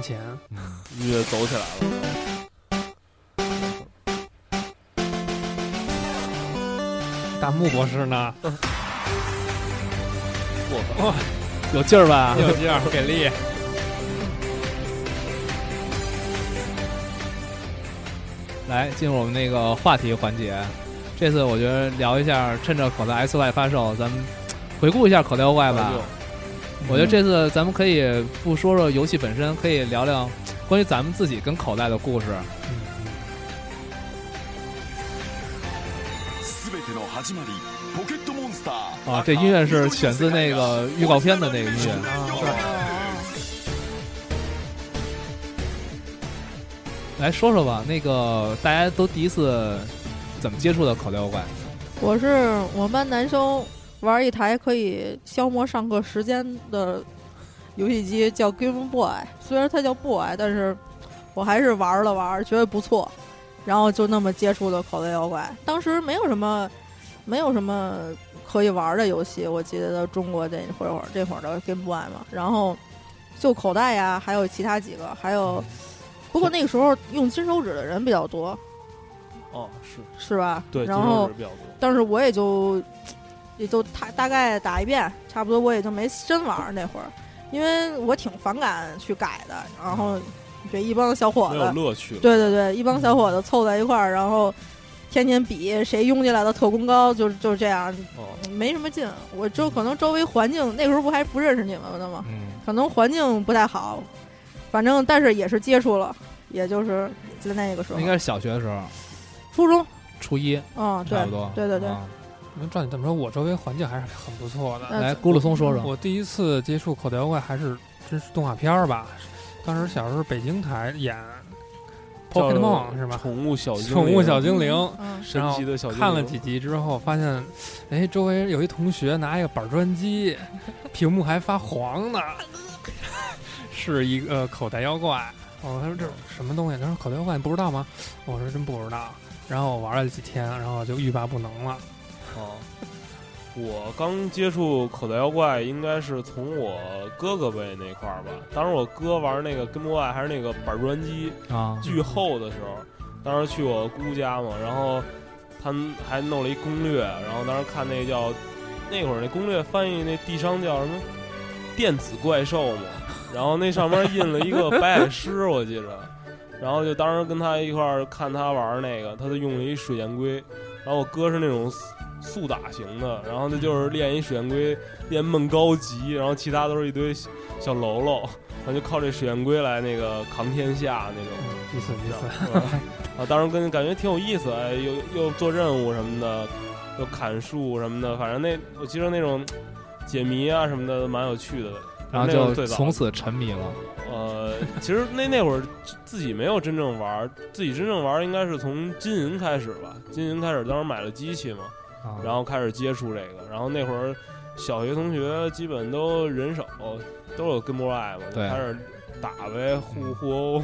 前，音乐走起来了。嗯大木博士呢？我操，有劲儿吧？有劲儿，给力！ 来，进入我们那个话题环节。这次我觉得聊一下，趁着口袋 XY 发售，咱们回顾一下口袋 Y 吧。我觉得这次咱们可以不说说游戏本身，可以聊聊关于咱们自己跟口袋的故事。すべての始まりポケットモンスター啊，这音乐是选自那个预告片的那个音乐。来说说吧，那个大家都第一次怎么接触的口袋妖怪？我是我们班男生玩一台可以消磨上课时间的游戏机，叫 Game Boy。虽然它叫 Boy，但是我还是玩了玩，觉得不错，然后就那么接触的口袋妖怪。当时没有什么，没有什么可以玩的游戏，我记得中国这会儿这会儿的 Game Boy 嘛。然后就口袋呀，还有其他几个，还有不过那个时候用金手指的人比较多，哦，是是吧？对，然金手后指比较多。但是我也就也就大大概打一遍，差不多我也就没真玩儿那会儿，因为我挺反感去改的。然后这一帮小伙没有子，乐趣了。对对对，一帮小伙子凑在一块儿，然后天天比谁拥进来的特工高，就就这样，哦，没什么劲。我就可能周围环境那时候不还不认识你们呢吗？嗯，可能环境不太好，反正但是也是接触了，也就是在那个时候应，该是小学的时候，初中，初一嗯，对差不多。对对对，啊你们照你这么说，我周围环境还是很不错的。那来，咕噜松说说。我第一次接触口袋妖怪还是真是动画片儿吧，当时小时候北京台演《叫 Pokemon》是吧？宠物小精灵宠物小精灵，嗯，神奇的小精灵看了几集之后，发现，哎，周围有一同学拿一个板砖机，屏幕还发黄呢，是一个口袋妖怪。哦，他说这是什么东西？他说口袋妖怪，你不知道吗？我说真不知道。然后我玩了几天，然后就欲罢不能了。哦，我刚接触口袋妖怪应该是从我哥哥辈那块儿吧。当时我哥玩那个 Game Boy 还是那个板砖机啊，巨厚的时候，当时去我姑家嘛，然后他们还弄了一攻略，然后当时看那叫那会儿那攻略翻译那地商叫什么电子怪兽嘛，然后那上面印了一个白矮狮，我记着。然后就当时跟他一块儿看他玩儿那个，他就用了一水箭龟，然后我哥是那种速速打型的，然后他就是练一水箭龟，练梦高级，然后其他都是一堆小小喽喽，然后就靠这水箭龟来那个扛天下那种。嗯，第四第 四，是吧啊，当时跟感觉挺有意思，哎又又做任务什么的，又砍树什么的，反正那我记得那种解谜啊什么的蛮有趣的。然后那个就是最早从此沉迷了。 呃，其实那那会儿自己没有真正玩儿，自己真正玩儿应该是从金银开始吧。金银开始当时买了机器嘛，啊然后开始接触这个，然后那会儿小学同学基本都人手都有跟波爱嘛，就对嗯开始打呗，互互殴，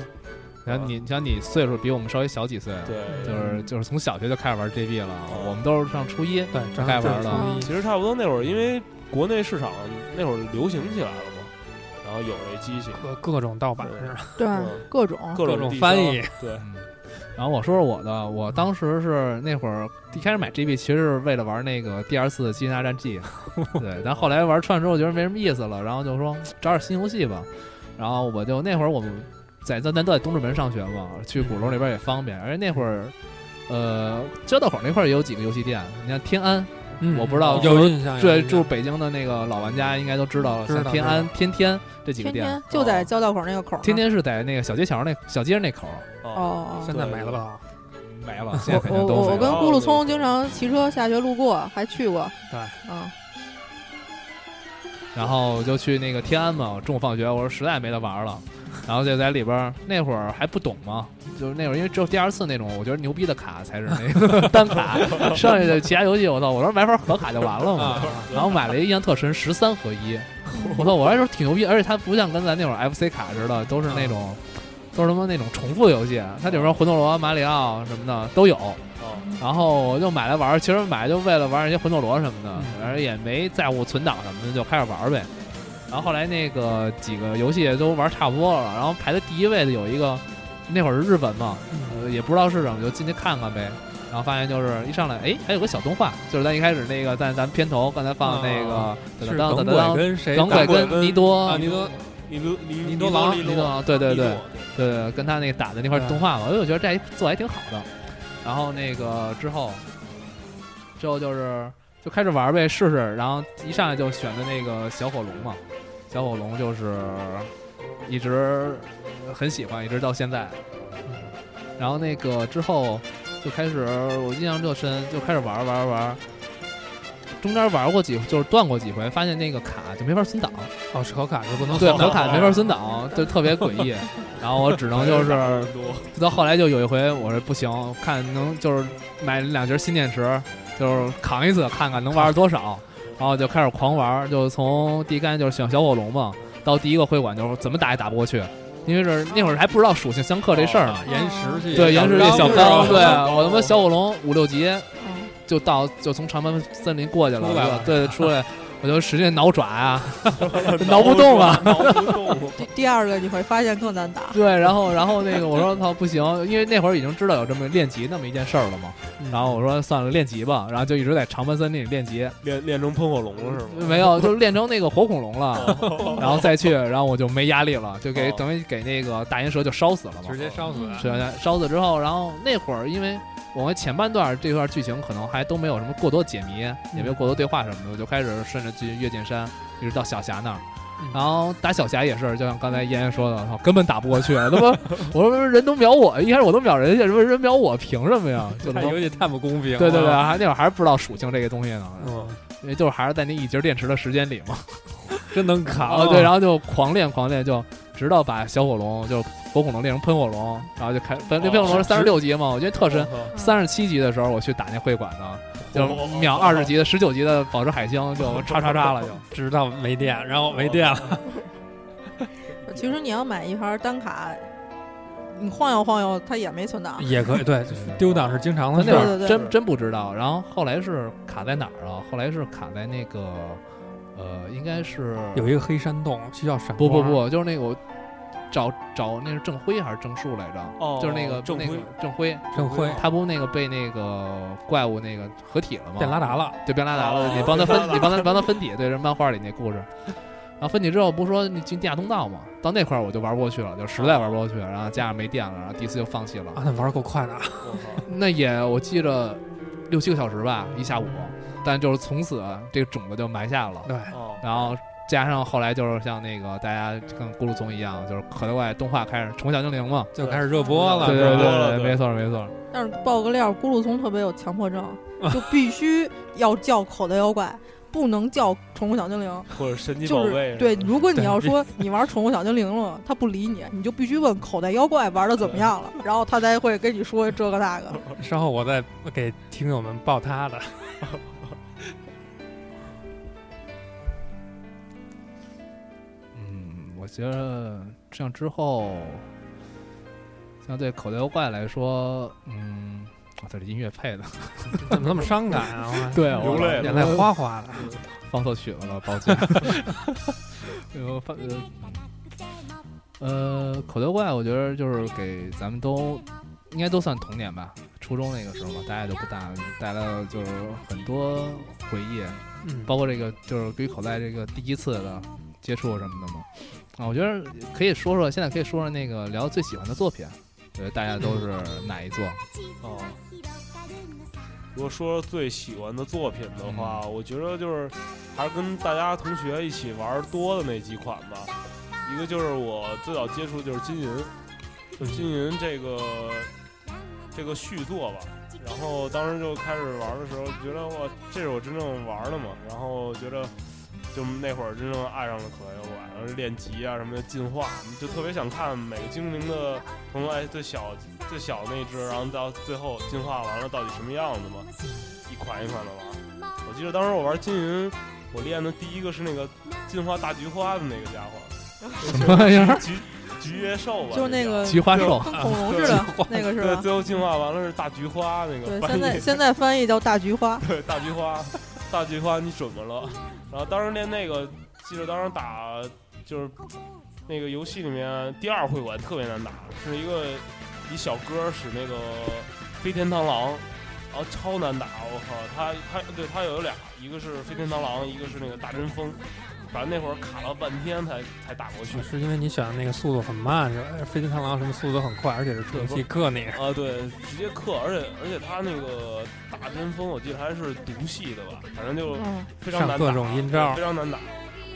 然后你，你像你岁数比我们稍微小几岁，对，就是就是从小学就开始玩 GB 了。我们都是上初一，对，正该好玩了初一其实差不多那会儿，因为国内市场那会儿流行起来了嘛，然后有这机器，各各种盗版是吧？对嗯，各种各各种地翻商译，对，嗯，然后我说说我的，我当时是那会儿一开始买 GB，其实是为了玩那个 DR 四《机械大战 G》，对， 但后来玩串之后觉得没什么意思了，然后就说找点新游戏吧。然后我就那会儿我们在咱咱都在东直门上学嘛，去鼓楼那边也方便，而且那会儿。呃，街道口那块儿也有几个游戏店，你看天安，嗯我不知道有印象，有对印住象北京的那个老玩家应该都知道了，知像道天安、天天这几个天店，天就在交道口那个口儿呢，天天是在那个小街桥那小街那口儿哦，哦。现哦在没了啊吧？没 了，现在我肯我定都我没我了跟咕噜聪经常骑车下学路过，还去过。对，嗯，然后就去那个天安嘛，中午放学，我说实在没得玩了，然后就在里边儿那会儿还不懂嘛，就是那会儿因为只有第二次那种，我觉得牛逼的卡才是那个 单卡，剩下的其他游戏我操，我说玩玩合卡就完了嘛。然后买了一印象特深十三合一，我操，我还说挺牛逼，而且它不像跟咱那种 FC 卡似的，都是那种。都是他妈那种重复游戏，它里边儿魂斗罗、马里奥什么的都有，哦，然后我就买来玩儿，其实买就为了玩儿一些魂斗罗什么的嗯，反正也没在乎存档什么的，就开始玩儿呗。然后后来那个几个游戏都玩差不多了，然后排在第一位的有一个，那会儿是日本嘛，嗯呃也不知道是什么，就进去看看呗。然后发现就是一上来，哎，还有个小动画，就是咱一开始那个在咱片头刚才放那个啊噔是噔耿噔鬼噔跟谁耿打？耿鬼鬼跟跟尼多啊，尼多尼多尼尼多多狼尼尼多多郎，对对尼多对，对，跟他那打的那块动画嘛，我就觉得这还做得还挺好的。然后那个之后，之后就是就开始玩呗，试试。然后一上来就选的那个小火龙嘛，小火龙就是一直很喜欢，一直到现在。然后那个之后就开始，我印象特深，就开始玩玩玩。中间玩过几，就是断过几回，发现那个卡就没法存档。哦，是考卡是不能对，扫没有卡没法存档，就特别诡异。然后我只能就是到后来就有一回，我说不行，看能就是买两节新电池，就是扛一次看看能玩多少，然后就开始狂玩，就从第一杆就是选小火龙嘛，到第一个会馆就是怎么打也打不过去，因为是那会儿还不知道属性相克这事儿呢。岩石去对，岩石这小缸刚，是对吧我他妈小火龙五六级嗯，就到就从长白森林过去了，出来了对，出 来我就使劲挠爪啊， 挠不 动啊，挠不动。啊第第二个你会发现更难打， 对，然后然后那个我说操不行，因为那会儿已经知道有这么练级那么一件事儿了嘛。然后我说算了练级吧，然后就一直在长白森林里练级，练练成喷火龙了是吗？没有就练成那个火恐龙了，哦 然后再去，然后我就没压力了，就给哦等于给那个大岩蛇就烧死了嘛直。接烧死。是啊烧死之后，然后那会儿因为我们前半段这段剧情可能还都没有什么过多解谜，也嗯没有过多对话什么的，我就开始顺着去月剑山，一直到小霞那儿。嗯然后打小霞也是，就像刚才妍妍说的，操，根本打不过去。他妈，我说人都秒我，一开始我都秒人家，什么人秒我，凭什么呀？就他看妈，游戏太不公平了。对对对，还那会儿还是不知道属性这个东西呢，嗯，因为就是还是在那一节电池的时间里嘛。真能哦扛啊，对，然后就狂练狂练，就直到把小火龙就火恐龙练成喷火龙，然后就开，反正那喷火龙是三十六级嘛，我觉得特深。哦三十七级的时候，我去打那会馆呢，就秒二十级的、十九级的宝石海 星就叉叉叉了，就。直到没电，然后没电了，其实你要买一盘单卡，你晃悠晃悠它也没存档，也可以。对，丢档是经常的事那会儿。对对儿真真不知道，然后后来是卡在哪儿了？啊后来是卡在那个，呃，应该是有一个黑山洞需要闪不光。不不，就是那个我找找那是郑辉还是郑树来着？哦就是那个郑那个辉郑辉，郑辉他不那个被那个怪物那个合体了吗？变拉达了，对，变拉达哦了，你帮他变拉 分，达你帮他帮他分体，对，是漫画里那故事。然后分体之后不是说你进地下通道吗？到那块儿我就玩不过去了，就实在玩不过去，然后加上没电了，然后第一次就放弃了。啊，那玩儿够快的啊，我靠那也我记着六七个小时吧，一下午，但就是从此这个种子就埋下了。对，哦然后加上后来就是像那个大家跟咕噜松一样，就是可乐怪动画开始宠物小精灵嘛。就开始热播啊了。对是对吧热播了对，对没错没错。但是爆个料，咕噜松特别有强迫症，就必须要叫口袋妖怪，不能叫宠物小精灵。或者神奇宝就贝是对，如果你对要说你玩宠物小精灵了，他不理你，你就必须问口袋妖怪玩的怎么样了，然后他才会跟你说这个那个。稍后我再给听友们报他 的。嗯，我觉得像之后，像对口袋妖怪来说，嗯，我这音乐配的，怎么那么伤感啊？我对流泪了眼泪哗哗的。放错曲子了，抱歉。 呃，放呃，呃，口袋怪，我觉得就是给咱们都应该都算童年吧，初中那个时候嘛，大家都不大，带来了就是很多回忆，嗯，包括这个就是对于口袋这个第一次的接触什么的嘛。啊，我觉得可以说说，现在可以说说那个聊最喜欢的作品，呃，大家都是哪一作？哦。如果说最喜欢的作品的话，我觉得就是还是跟大家同学一起玩多的那几款吧。一个就是我最早接触就是金银，就金银这个这个续作吧。然后当时就开始玩的时候，觉得哇，这是我真正玩的嘛。然后觉得就那会儿真正爱上了可爱妖怪，然后练级啊什么的进化，就特别想看每个精灵的从哎最小最小那只，然后到最后进化完了到底什么样子嘛，一款一款的玩。我记得当时我玩金银，我练的第一个是那个进化大菊花的那个家伙，什么玩意儿？菊菊叶兽吧，就是那个菊花兽，跟 恐龙 似的那个是对，吧？最后进化完了是大菊花那个对，翻译。现 在现在翻译叫大菊花。对，大菊花，大菊花你准么了？然后当时练那个记得当时打就是那个游戏里面第二会馆特别难打，是一个一小哥使那个飞天螳螂，然后超难打，我靠，他他对他有俩，一个是飞天螳螂，一个是那个大针锋，反正那会儿卡了半天才才打过去。是因为你选的那个速度很慢，是吧？飞机螳螂什么速度很快，而且是重对击克你。啊，对，直接克，而且而且他那个大针锋，我记得还是毒系的吧，反正就嗯，非常上难打，各种阴招非常难打。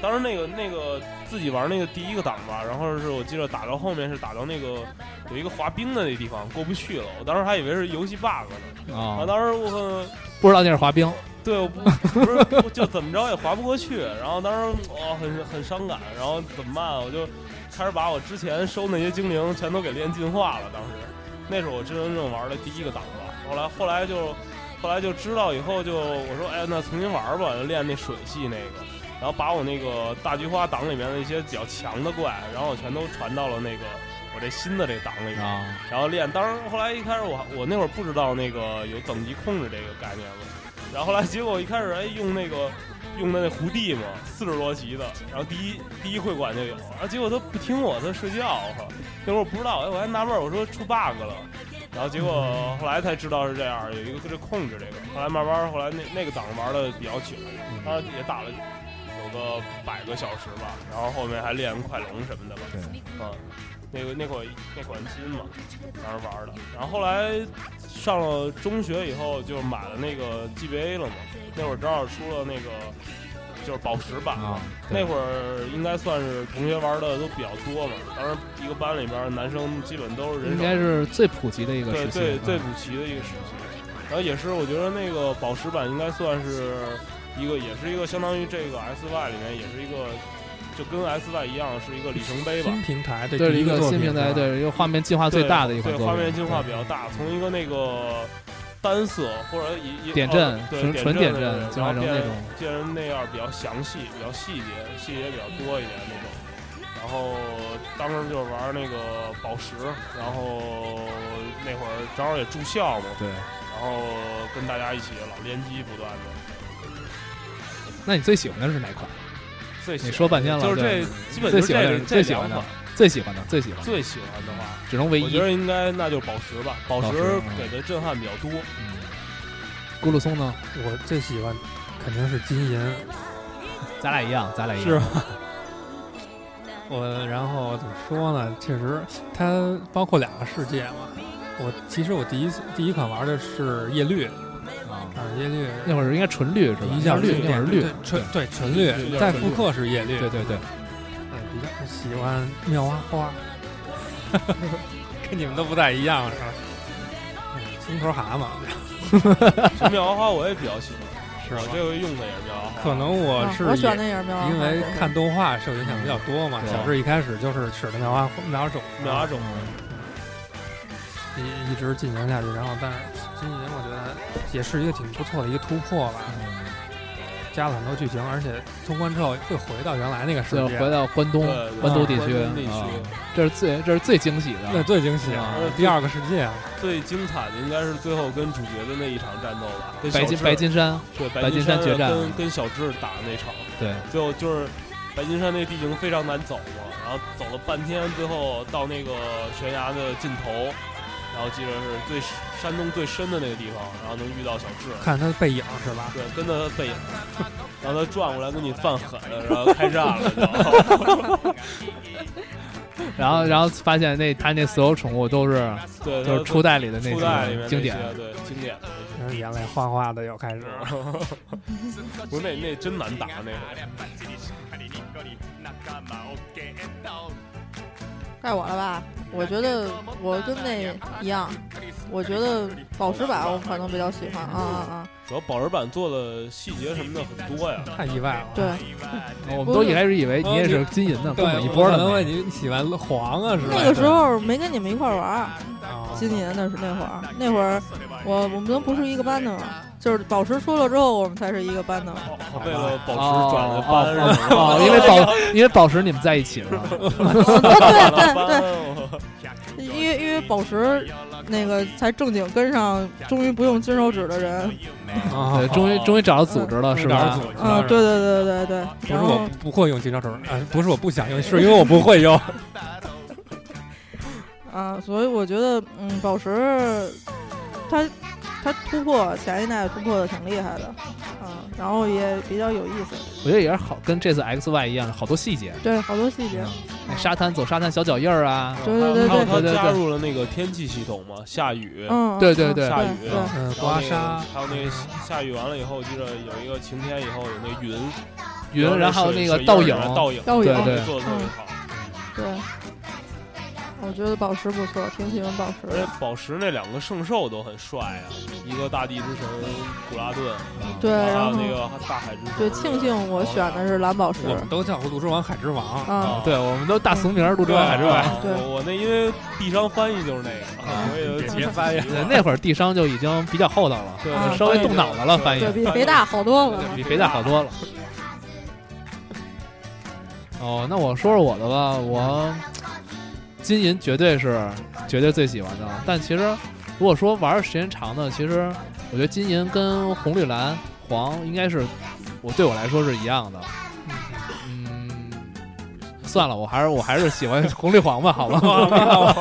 当时那个那个自己玩那个第一个档吧，然后是我记得打到后面是打到那个有一个滑冰的那地方过不去了，我当时还以为是游戏 bug 呢，啊哦啊，，当时我很不知道那是滑冰，对，我不不是我就怎么着也滑不过去，然后当时我、哦很很伤感，然后怎么办啊？我就开始把我之前收那些精灵全都给练进化了。当时那是我真正玩的第一个档吧。后来后来就后来就知道以后就我说哎那重新玩吧，练那水系那个，然后把我那个大菊花档里面那些比较强的怪，然后我全都传到了那个我这新的这档里面。啊，然后练。当时后来一开始我我那会儿不知道那个有等级控制这个概念了，然后后来结果一开始哎用那个用的那胡地嘛，四十多级的，然后第一第一会馆就有，然后结果他不听我，他睡觉，我靠，那会儿我不知道，哎我还纳闷儿我说出 bug 了。然后结果后来才知道是这样，有一个就是控制这个。后来慢慢儿后来那那个档玩的比较久，当然也打了有个百个小时吧，然后后面还练快龙什么的吧。对，嗯，那个那款那款金嘛，当时玩的。然后后来上了中学以后，就买了那个 GBA 了嘛。那会儿正好出了那个就是宝石版嘛啊，嗯那儿会儿应该算是同学玩的都比较多嘛。当时一个班里边男生基本都是人手应该是最普及的一个对时期，最嗯最补齐的一个时期。然后也是，我觉得那个宝石版应该算是一个，也是一个相当于这个 S Y 里面也是一个，就跟 S Y 一样是一个里程碑吧。新平台对对第一个个作新品平是台，吧对一个画面进啊化最大的一款对对作品，画面进化比较大，从一个那个单色或者一一点哦阵对纯纯点点阵对然进化后成变那种变成那样比较详细、比较细节、细节比较多一点那种。然后当时就是玩那个宝石，然后那会儿正好也住校嘛，对。然后跟大家一起老联机，不断的。那你最喜欢的是哪款？最喜你欢说半天了，就是对这基本就最喜是欢这的个最这喜欢两的款。最喜欢的最喜欢的，最喜欢的话，只能唯我一觉。得应该那就是宝石吧，宝宝石石嗯给的震撼比较多。嗯咕噜松呢？我最喜欢肯定是金银，咱俩一样，咱俩一样。是吧？我然后怎么说呢？确实，它包括两个世界嘛。我其实我第一次第一款玩的是叶绿啊，啊，叶绿，那会儿应该纯绿是吧？一下绿，那那会儿儿绿对，纯对纯绿，对再纯复绿刻是叶绿，对对对，嗯，比较喜欢妙蛙花， 跟你们都不太一样是吧？嗯松头蛤蟆其 实妙蛙花我也比较喜欢，是吧我？这回用的也是妙蛙花。可能我啊是我也选的也是喵，因为看动画受影响比较多嘛，嗯小时候一开始就是使的妙蛙妙蛙种，妙蛙种一一直进行下去，然后但是今年我觉得也是一个挺不错的一个突破吧，加了很多剧情，而且通关之后会回到原来那个世就界，回到关东对，对关东地关区东地区啊，这是最这是最惊喜那的。最惊喜了嗯，第二个世界啊，最精彩的应该是最后跟主角的那一场战斗吧，跟白小金智白金山，对白白金金山决战啊跟跟小智打那场，对，最后就是白金山那地形非常难走嘛，然后走了半天，最后到那个悬崖的尽头，然后记得是最山洞最深的那个地方，然后能遇到小智，看他的背影是吧？对，跟着他背影， 然后他转过来跟你犯狠，然后开战了，就然后然后发现那他那所有宠物都是 对，就是他初代里的那初代里面些那经典，些对经典的那些。然后眼泪哗哗的又开始了。不是那那真难打那个，该我了吧？我觉得我跟那一样，我觉得宝石版我可能比较喜欢啊啊啊！主要宝石版做的细节什么的很多 呀。太意外了，对，我们都一开始以为你也是金银的，哦对，根本一波可的能没问有。你你喜欢黄啊是吧？那个时候没跟你们一块儿玩儿，哦今年那是那会儿，那会儿我我们都不是一个班的嘛，就是宝石出了之后，我们才是一个 班的嘛。哦为了哦宝石转了班，哦哦哦，因为宝因为宝石你们在一起了，对对对，对因为因为宝石那个才正经跟上，终于不用金手指的人，啊对，终于终于找到组织了，是找吧到？组织嗯，对哦对对对对，不是然后我不会用金手指，啊、不是我不想用，是因为我不会用。啊，所以我觉得，嗯，宝石它它突破前一代突破的挺厉害的，啊，然后也比较有意思，我觉得也是好，跟这次 X Y 一样，好多细节，对，好多细节，那沙滩走沙滩小脚印儿啊，对对对还有对，它对对加入了那个天气系统嘛，下雨，嗯，对对嗯对下雨对对嗯、然后刮那个痧，还有那个下雨完了以后，我记得有一个晴天以后有那云云，然后那个倒倒影，倒影，倒影对对做的特别好。对，我觉得宝石不错，挺喜欢宝石而的且，宝石那两个圣兽都很帅啊，一个大地之神古拉顿，对，还然有后那个大海之神。对，庆幸我选的是蓝宝石，我们都叫《鲁智王海之王》啊，对我们都大俗名儿，陆之对外海之吧外。？对我我那因为地商翻译就是那个，啊我也别翻译对，嗯那会儿地商就已经比较厚道了，对啊稍微动脑子了，翻译对比肥大好多了。比肥大好多了。哦，那我说说我的吧，我金银绝对是绝对最喜欢的，但其实如果说玩儿时间长的，其实我觉得金银跟红绿蓝黄应该是我对我来说是一样的。嗯，算了，我还是我还是喜欢红绿黄吧，好吧。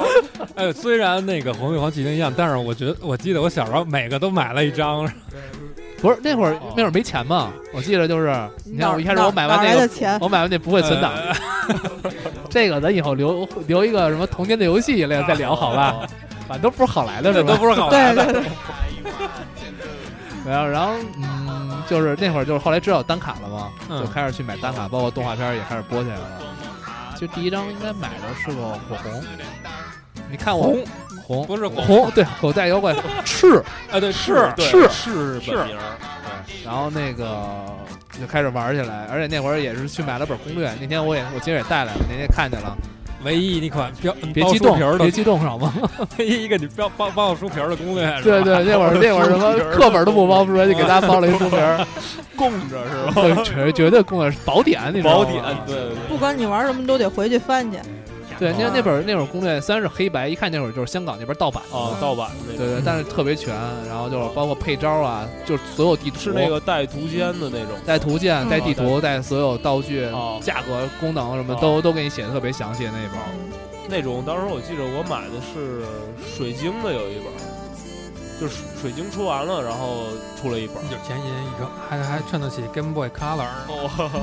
哎，虽然那个红绿黄旗定一样，但是我觉得我记得我小时候每个都买了一张，不是那会哦儿那会儿没钱嘛，我记得就是，你看我一开始我买完哪那来个，的钱？我买完那不会存档，呃 这个咱以后留留一个什么童年的游戏一类的再聊好吧？？哦 反正都不是好来的这是都吧？不是好对 玩的。对对，然后然后嗯，就是那会儿就是后来知道有单卡了嘛，嗯就开始去买单卡，包括动画片也开始播起来了。就第一张应该买的是个火红，你看我红红不是火红对口袋妖怪 赤，啊，对是是是是是本名儿，然后那个就开始玩起来，而且那会儿也是去买了本攻略，那天我也我今儿也带来了，那天看见了。唯一一款标别包激书动皮儿，别的，激动，好吗？唯一一个你标包包书皮儿的攻略。是吧 对对，那会儿那会儿什么课本都不包，不说就给大家包了一书名儿，供着是吧？绝绝对供的是宝典，你知哦宝道吗典，对对对。不管你玩什么，都得回去翻去。哦对，那那本儿那本儿攻略虽然是黑白，一看那会儿就是香港那边盗版的，啊，盗版那对个对，但是特别全，然后就是包括配招啊，就是所有地图是那个带图鉴的那种，带图鉴、嗯带地图、带所有道具哦、价格、功能什么都都给你写的特别详细那一本儿。那种。当时我记着我买的是水晶的有一本儿，就是水晶出完了，然后出了一本儿。有钱一人一个，还还衬得起 Game Boy Color。 哦，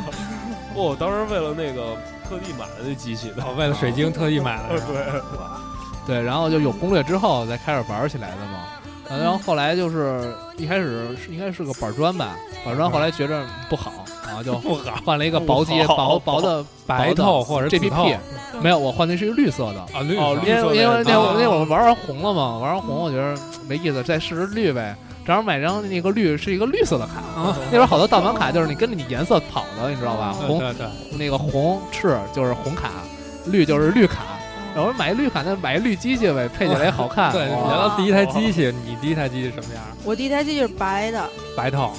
我当时为了那个特地买的那机器的。我哦为了水晶特意买了。是吧哦对，对，然后就有攻略之后才开始玩起来的嘛。呃然后后来就是一开始是应该是个板砖吧，板砖后来觉着不好，然后就不好，换了一个薄 不些好薄薄的白透或者紫透 GPP，没有，我换的是一个绿色的。啊，绿哦色因色的为因为那啊会儿那会儿玩完红了嘛，玩完红我觉得没意思，再试试绿呗。正好买张那个绿是一个绿色的卡，哦啊，那边好多盗版卡就是你跟着你颜色跑的，你知道吧？对红对对，那个红赤就是红卡，绿就是绿卡。嗯然后买一绿卡，那买一绿机器呗，配起来也好看。对，哇聊到第一台机器，你第一台机器什么样？我第一台机就是白的，白透，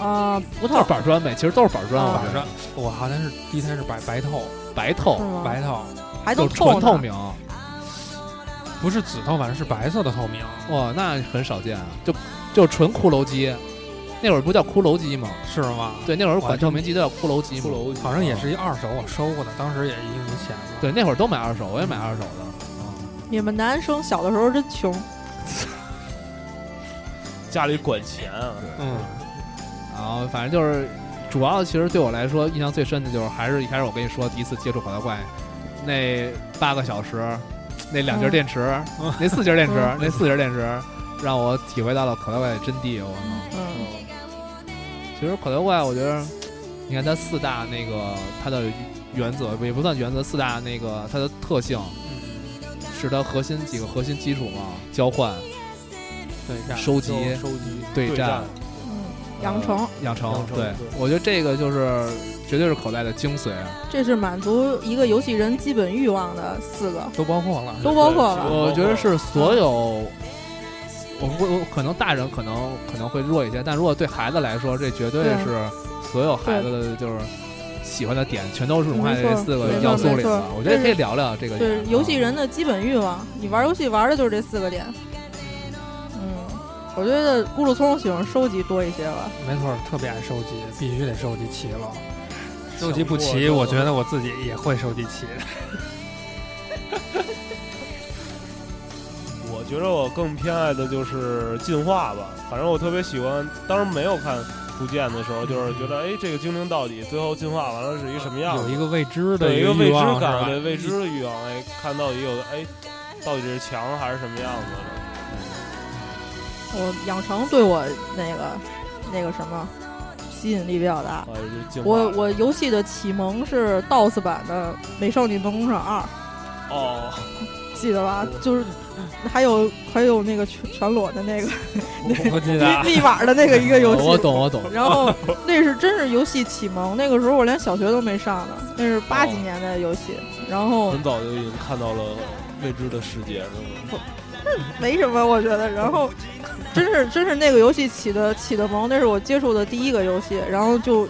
啊，葡都是萄板砖呗，其实都是板砖，我反觉正我好像是第一台是白白透，得白透是，吗？白透，还就能是纯透透呢。明，不是紫透，反正是白色的透明，哇，那很少见，啊，就就纯骷髅机，那会儿不叫骷髅机吗？是吗？，对，那会儿哇管真透明机都叫骷髅机嘛，骷髅机好像也是一二手，我收过的，当时也已经没钱了。对，那会儿都买二手，我也买二手的。啊你们男生小的时候真穷，家里管钱啊，嗯，然后反正就是，主要其实对我来说印象最深的就是还是一开始我跟你说第一次接触口袋怪，那八个小时，那两节嗯电池，那四节电池，嗯那四节电池，让我体会到了口袋怪的真谛。我操！嗯，其实口袋怪，我觉得，你看它四大那个它的原则也不算原则，四大那个它的特性嗯是它核心几个核心基础嘛，交换、对，然后收集、收集对战战，嗯养成呃，养成。养成对对，我觉得这个就是绝对是口袋的精髓。这是满足一个游戏人基本欲望的四个，都包括了，都包括啊对了。我觉得是所有，我不我可能大人可能可能会弱一些，但如果对孩子来说，这绝对对是所有孩子的就是。喜欢的点全都是融化在没这错四个没错要素里没错了。我觉得可以聊聊这个点对啊。游戏人的基本欲望，你玩游戏玩的就是这四个点。嗯，我觉得咕噜葱喜欢收集多一些吧。没错，特别爱收集，必须得收集齐了。收集想不不齐，过我这觉得我自己也会收集齐的。我觉得我更偏爱的就是进化吧，反正我特别喜欢，当时没有看图鉴的时候，就是觉得哎，这个精灵到底最后进化完了是一个什么样有子？一个未知的对一个个未欲知望是感，吧对未知的欲望，哎，看到底有哎，到底是强还是什么样子？我养成对我那个那个什么吸引力比较大。哎，就进化。我我游戏的启蒙是 DOS 版的《美少女梦工厂二》，哦，记得吧我？就是还有还有那个全全裸的那个我不 记得啊 那立马的那个一个游戏。我懂，我懂。 然后那是真是游戏启蒙，那个时候我连小学都没上呢，那是八哦几年的游戏。然后嗯很早就已经看到了未知的世界，是吗？没什么，我觉得。然后，真是真是那个游戏起的起的萌，那是我接触的第一个游戏，然后就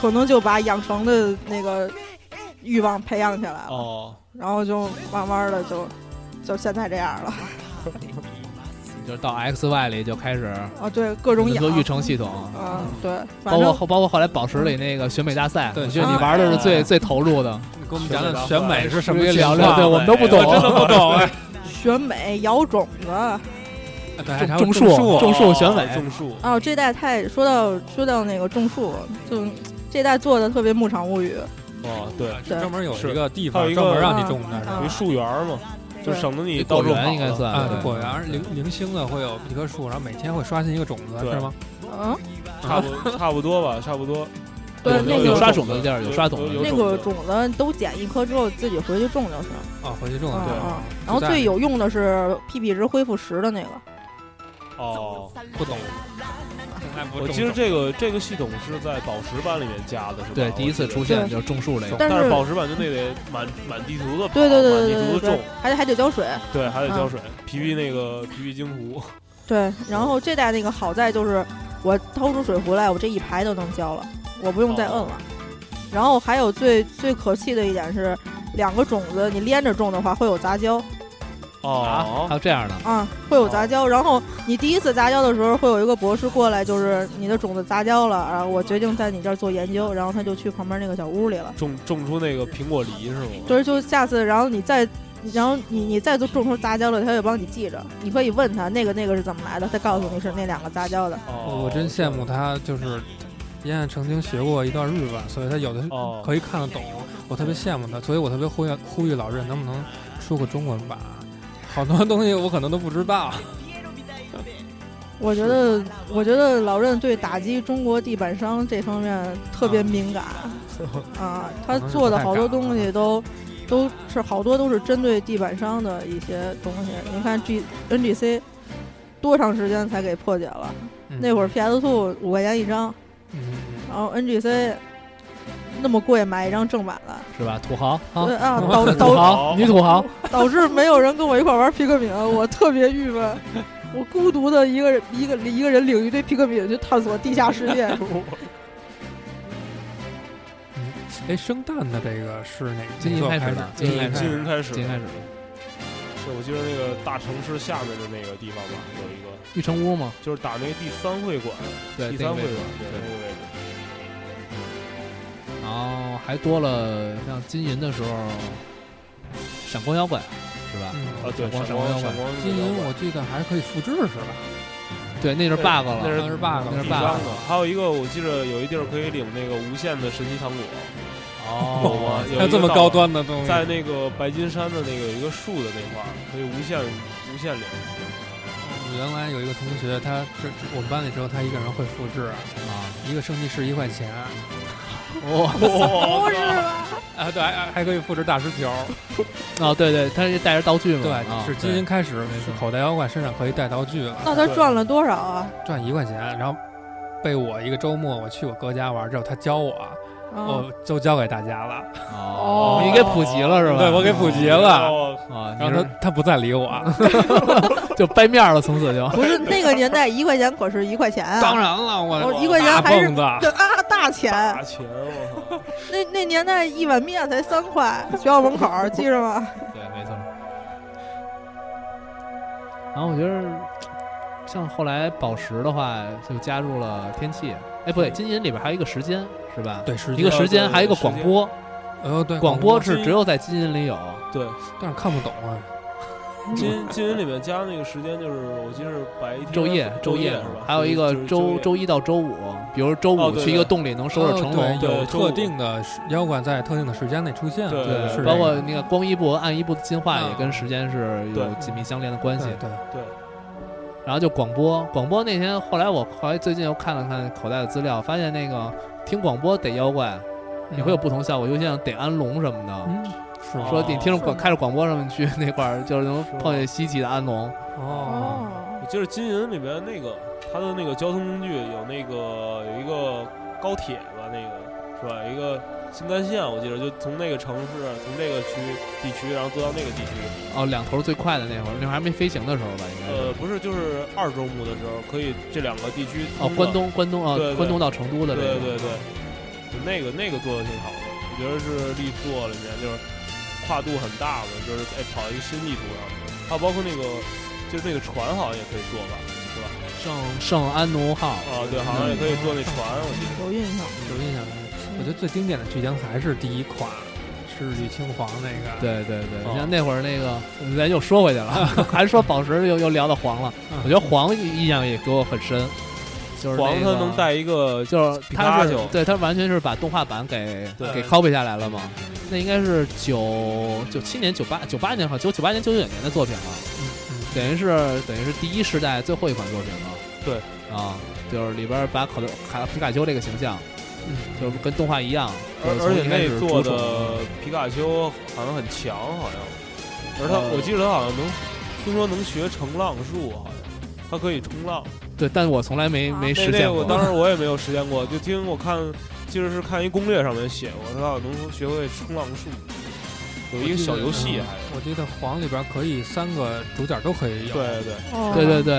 可能就把养成的那个欲望培养起来了，哦，然后就慢慢的就就现在这样了。就是到 X Y 里就开始啊，对，各种做育养成系统，啊，对，包反括正嗯后包括后来宝石里那个选美大赛，对我觉得你玩的是啊最最投入的。你给我们讲讲选美是什么可以情聊况聊对我们都不懂我真的不 懂哎。选美、摇种子。哎对，还有种种树树种树选美哦种树，哦，这代太说到说到那个种树，就这代做的特别牧场物语。哦，对，对专门有是一个地还方有一个专门让你种的，是吧？啊有一树园嘛，就对省得你到果处跑园应该了。算啊，对果园零零星的会有一棵树，然后每天会刷新一个种子，对是吗？嗯，差不 差不多吧，差不多。对有那个有有刷种子的地儿有有刷种子有那有个种种子都捡一颗之后自己回去种就行。啊，回去种的嗯地儿嗯，就然后在最有用的是 PP 值恢复十的那个，子哦。不懂，我记得这个这个系统是在宝石版里面加的，是吧？啊对，第一次出现就是种树类我记得。的。但但是是宝石版就那得满满地图的跑，对对对满对地图对嗯的种对，，还得还得浇水，对，还得浇水。皮皮那个皮皮鲸湖，对。然后这代那个好在就是我掏出水壶来，我这一排都能浇了，我不用再摁了。然后还有最最可气的一点是，两个种子你连着种的话会有杂交啊，还哦，有这样的，啊，会有杂交。然后你第一次杂交的时候会有一个博士过来，就是你的种子杂交了，然后我决定在你这儿做研究，然后他就去旁边那个小屋里了。种种出那个苹果梨是吗？就是就下次，然后你再， 然后你你再做种出杂交了，他就帮你记着。你可以问他那个那个是怎么来的，他告诉你是那两个杂交的。哦，我真羡慕他，就是燕燕曾经学过一段日文，所以他有的哦，可以看得懂，我特别羡慕他，所以我特别呼吁呼吁老任能不能出个中文版，好多东西我可能都不知道。我觉得，我觉得老任对打击中国地板商这方面特别敏感啊，他做的好多东西都。都是好多都是针对地板商的一些东西，你看 G N G C 多长时间才给破解了？嗯那会儿 P S Two 五块钱一张，嗯，嗯然后 N G C 那么贵买一张正版的，是吧？土豪啊对，啊，导 土导豪，女土豪， 导致没有人跟我一块玩皮克敏，我特别 郁闷。我孤独的一个人，一个一个人领一堆皮克敏去探索地下世 界。嗯哎，生蛋的这个是哪个今星年座开开始始的？，今今年年开开精始灵，开始，今年开始，对我记得那个大城市下面的那个地方吧，有一个玉成屋嘛，就是打那个第三会馆，对，第那个三位会置馆，对那个位置，然后哦还多了像金银的时候，闪光妖怪是吧？嗯啊，对，闪光闪光闪光闪光金那银个我记得还可以复制是吧？对，那是 bug 了，哦那是嗯那是 bug，那是第 bug 三个，还有一个我记着有一地儿可以领那个无限的神奇糖果， 哦，有一还有个这么道高馆端的东嗯西，在那个白金山的那个有一个树的那块儿，可以无限无 限领。原来有一个同学，他这我们班里只有他一个人会复制，啊，一个升级是一块钱哦不不是吧？啊，对，还还可以复制大师球，哦，对对，他是带着道具嘛，对，啊是金银开始错口袋妖怪身上可以带道具了，那他赚了多少啊？赚一块钱，然后被我一个周末我去我哥家玩之后，他教我，啊，我都教给大家了，哦哦，你给普及了是吧？对我给普及了，哦啊，然然后后他他不再理我，啊就掰面了，从此就不是那个年代一块钱可是一块钱啊，当然了，我我一块钱大还是蹦子，对啊大钱。 大钱，我那那年代一碗面才三块，学校门口儿记着吗？对，没错。然后我觉得，像后来宝石的话，就加入了天气。哎，不对，金银里边还有一个时间，是吧？对，时一间个时间，对还有一个时广间播，呃对广播播，是只有在金银里有。对，但是看不懂啊。金金银里面加那个时间就是，我记得是白天啊昼夜，昼夜是吧？还有一个就是周夜周一到周五，比如周哦五对去一个对洞里能收拾成龙哦，对有对周五特定的时妖怪在特定的时间内出现，对对，是包括这个那个光一部和暗一部的进化也跟时间是有对紧密相连的关系对。对，对，然后就广播，广播那天后来我后来最近又看了看口袋的资料，发现那个听广播逮妖怪也会有不同效果，尤其像逮安龙什么的。嗯，是说哦你听着是广吗开着广播上面去那块儿，就是能是吗碰见稀奇的安龙。哦，哦，我记得金银里面那个它的那个交通工具有那个有一个高铁吧，那个是吧？有一个新干线，我记得就从那个城市从这个区地区，然后坐到那个地区。哦，两头最快的那会儿，那会儿还没飞行的时候吧，应该是。呃，不是，就是二周目的时候可以这两个地区哦，通关的。东，关东呃对哦，对关东到成都的这对个。对对，那个那个做的挺好的，我觉得是力作里面就是跨度很大嘛，就是哎跑到一个新地图上，还有包括那个就是那个船好像也可以坐吧，是吧？圣圣安奴号。啊，对，好像也可以坐那船，我记得。哦有印象。有印象。我觉得最经典的剧情还是第一款，是吕青黄那个，对对对，哦你像那会儿那个，咱又说回去了， 还是说宝石又又聊到黄了。嗯我觉得黄印象也给我很深，就是黄那它个能带一个就是皮他卡是丘对他完全是把动画版给对给 copy 下来了嘛。那应该是九九七年、九八九八年好，九九八年、九九年的作品了，嗯嗯等于是等于是第一世代最后一款作品了。对啊，就是里边把口的卡皮卡丘这个形象，嗯，就是跟动画一样，而就是而且从一开那始做着手的皮卡丘好像很强，好像，而它呃我记得它好像能，听说能学乘浪术，好像。它可以冲浪，对，但我从来没啊没那实那现个我过。 当时我也没有实践过，就听我看，记得是看一攻略上面写过，它好像能学会冲浪术，有一个小游戏还是，我记得黄里边可以三个主角都可以有，啊对对，哦，对对对，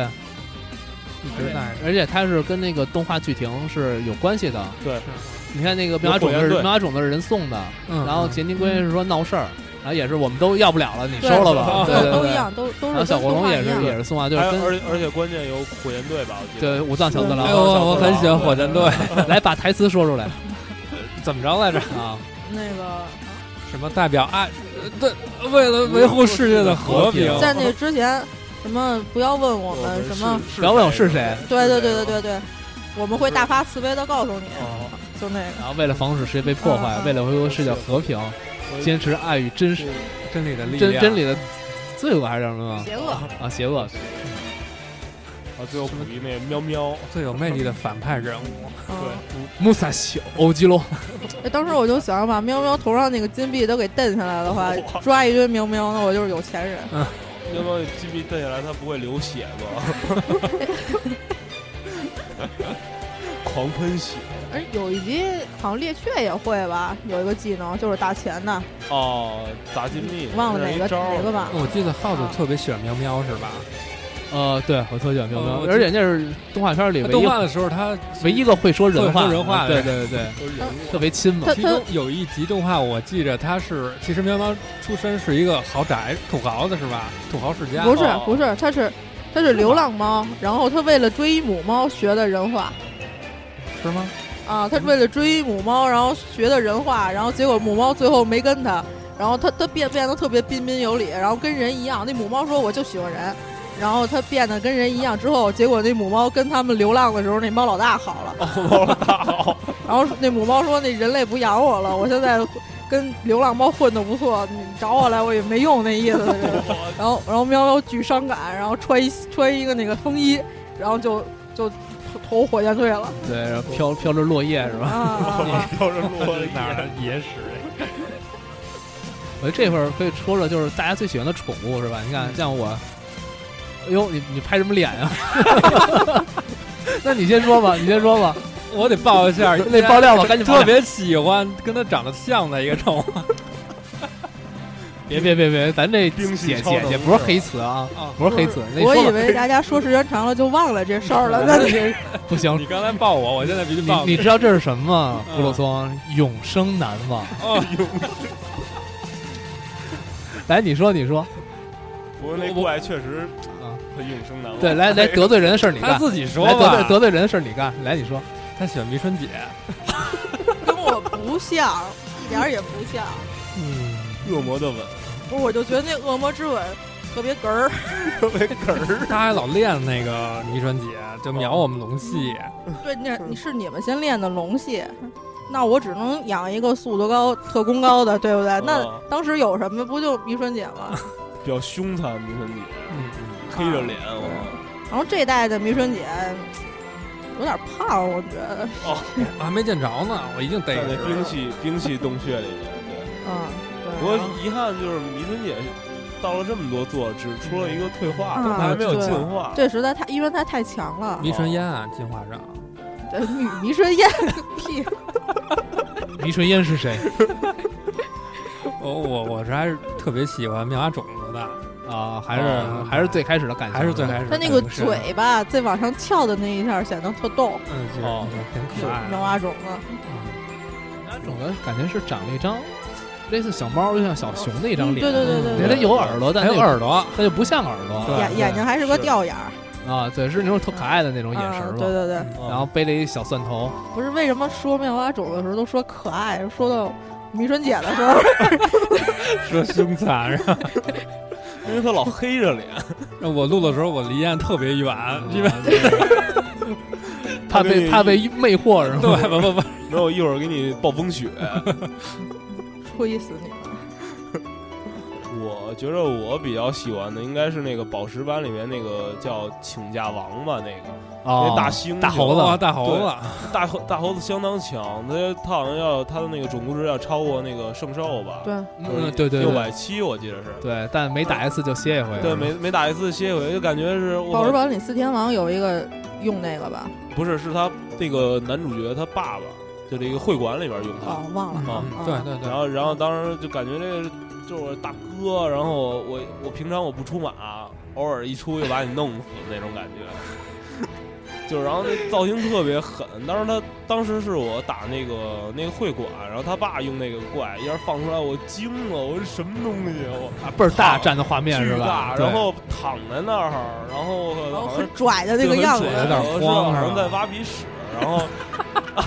一直在。而且它是跟那个动画剧情是有关系的。对，你看那个妙蛙种有火子焰是，队妙蛙种子是人送的，嗯，然后杰尼龟是说闹事儿，然后也是我们都要不了了，你收对了吧。对对都一对。样，都都然是后小跟火龙动画也一是样也是送啊，就是还有跟而而且关键有火焰队吧，我记对得，武藏小次哎呦，郎，我我很喜欢火箭队，啊 来把台词说出来怎么着来着？啊！那个，什么代表爱？呃对，为了维护世界的和平，在那之前，什么不要问我们呃什么，是不要问我是谁，对对对对对对，我们会大发慈悲的告诉你，哦，就那个然后为了防止世界被破坏嗯，嗯为了维护世界和平，我啊坚持爱与真实是真理的力真量，真理的罪恶还是叫什么邪恶，啊？邪恶啊，最后补一那喵喵，最有魅力的反派人物。嗯。穆萨西欧基隆，哎，当时我就想把喵喵头上那个金币都给蹬下来 的话，抓一堆喵喵，那我就是有钱人。喵喵金币瞪下来，它不会流血吗？狂喷血而有一集好像猎雀也会吧，有一个技能就是打钱的，哦，砸金币，忘了这是哪一哦个招儿哪个版了。哦我记得耗子特别喜欢喵喵，是吧？呃，对我特喜欢喵哦喵我，记而且那是动画片里唯动一画的时候，他唯一一个会说人话会说人话的对人对对对，都是人物啊 特别亲嘛他。其中有一集动画，我记着他是，其实喵喵出身是一个豪宅土豪的是吧？土豪世家不是哦不是，它是它是流浪猫，然后它为了追母猫学的人话是吗？啊，它为了追母猫，然后学的人话，然后结果母猫最后没跟它，然后它它变变得特别彬彬有礼，然后跟人一样。那母猫说我就喜欢人，然后它变得跟人一样之后，结果那母猫跟他们流浪的时候，那猫老大好了。猫了大哦，然后那母猫说：“那人类不养我了，我现在跟流浪猫混的不错，你找我来我也没用，那意思 是。”然后，然后喵喵巨伤感，然后穿一穿一个那个风衣，然后就就投火箭队了对，然后飘飘着落叶是啊吧？啊！啊要是落了一哪儿眼 的野史？我觉得这会儿可以说说，就是大家最喜欢的宠物是吧？你嗯看，像我，哎呦，你你拍什么脸呀、 那你先说吧，你先说吧。我得报一下那爆料吧赶紧爆料特别喜欢跟他长得像的一个宠物，别别别别，咱这兵器姐超姐能是姐不是吧黑词啊，啊不是黑词。那嗯我说以吧嗯为大家说时间长了就忘了这事儿了，那 你不行你，刚才抱我，我现在必须你抱你知道这是什么吗？嗯布鲁松，永生难忘。哦，来，你说，你说，不过那我怪确实啊他永生难忘。对，来来得罪人的事儿你他干，自己说来得吧罪，得罪人的事儿你干，来你说，他喜欢迷春姐，跟我不像，一点儿也不像。嗯，恶魔的吻，不是，我就觉得那恶魔之吻特别哏儿，特别哏儿。他还老练那个迷春姐，就秒我们龙戏，嗯对，那你是你们先练的龙戏，那我只能养一个速度高、特工高的，对不对？那哦当时有什么不就迷春姐 吗？ 比较凶残，迷春姐嗯嗯，黑着脸，啊我然后这代的迷春姐嗯有点胖，我觉得，我啊还没见着呢，我已经逮在着那兵器兵器洞穴里面。对，嗯，不过遗憾就是迷春姐到了这么多座，只出了一个退化，嗯啊但她还没有进化。这实在太，因为她太强了，迷春烟啊，进化上，呃女迷春燕 屁，迷春烟是谁我我我是还是特别喜欢妙蛙种子的，啊？还是哦还是最开始的感情，还是最开始她那个是，啊嘴巴在往上翘的那一下显得特逗，嗯，就是哦挺是可爱棉的，花种子。嗯那种的感觉是长了一张类似小猫，就像小熊的一张嗯脸，对对对对对，对它有耳朵，但还有那耳朵，它就不像耳朵对眼眼睛还是个是吊眼儿，啊，对，是那种特可爱的那种眼神啊儿嘛。对对对，嗯嗯然后背了一小蒜头，不是为什么说妙蛙种的时候都说可爱，说到迷春姐的时候，说凶残，然后因为她老黑着 脸，然后我录的时候我离燕特别远，因为啊怕被怕被魅惑是吗？对，不不不，没有一会儿给你暴风雪。吹死你们！我觉着我比较喜欢的应该是那个宝石版里面那个叫请假王吧，那个、啊那大猩大猩猴子哇大猴子，大猴大猴子相当强，他他好像要他的那个种族值要超过那个圣兽吧？对，嗯，对对六对百七我记得是。对，但每打一次就歇一回，对，每每打一次歇一回，就感觉是我宝石版里四天王有一个用那个吧，不是是他那个男主角他爸爸，就这个会馆里边用他。哦，忘了。啊嗯，对对对然，后然后当时就感觉这个就是大哥，然后我我平常我不出马，偶尔一出就把你弄死那种感觉。 就然后那造型特别狠，当时他当时是我打那个那个会馆，然后他爸用那个怪一下放出来，我惊了，我说什么东西啊，我啊倍儿大胖占的画面是巨吧大，？对然后躺在那儿，然后然后好像嗯哦很拽的那个样子对，有点我是慌好是吧像在挖鼻屎，然后，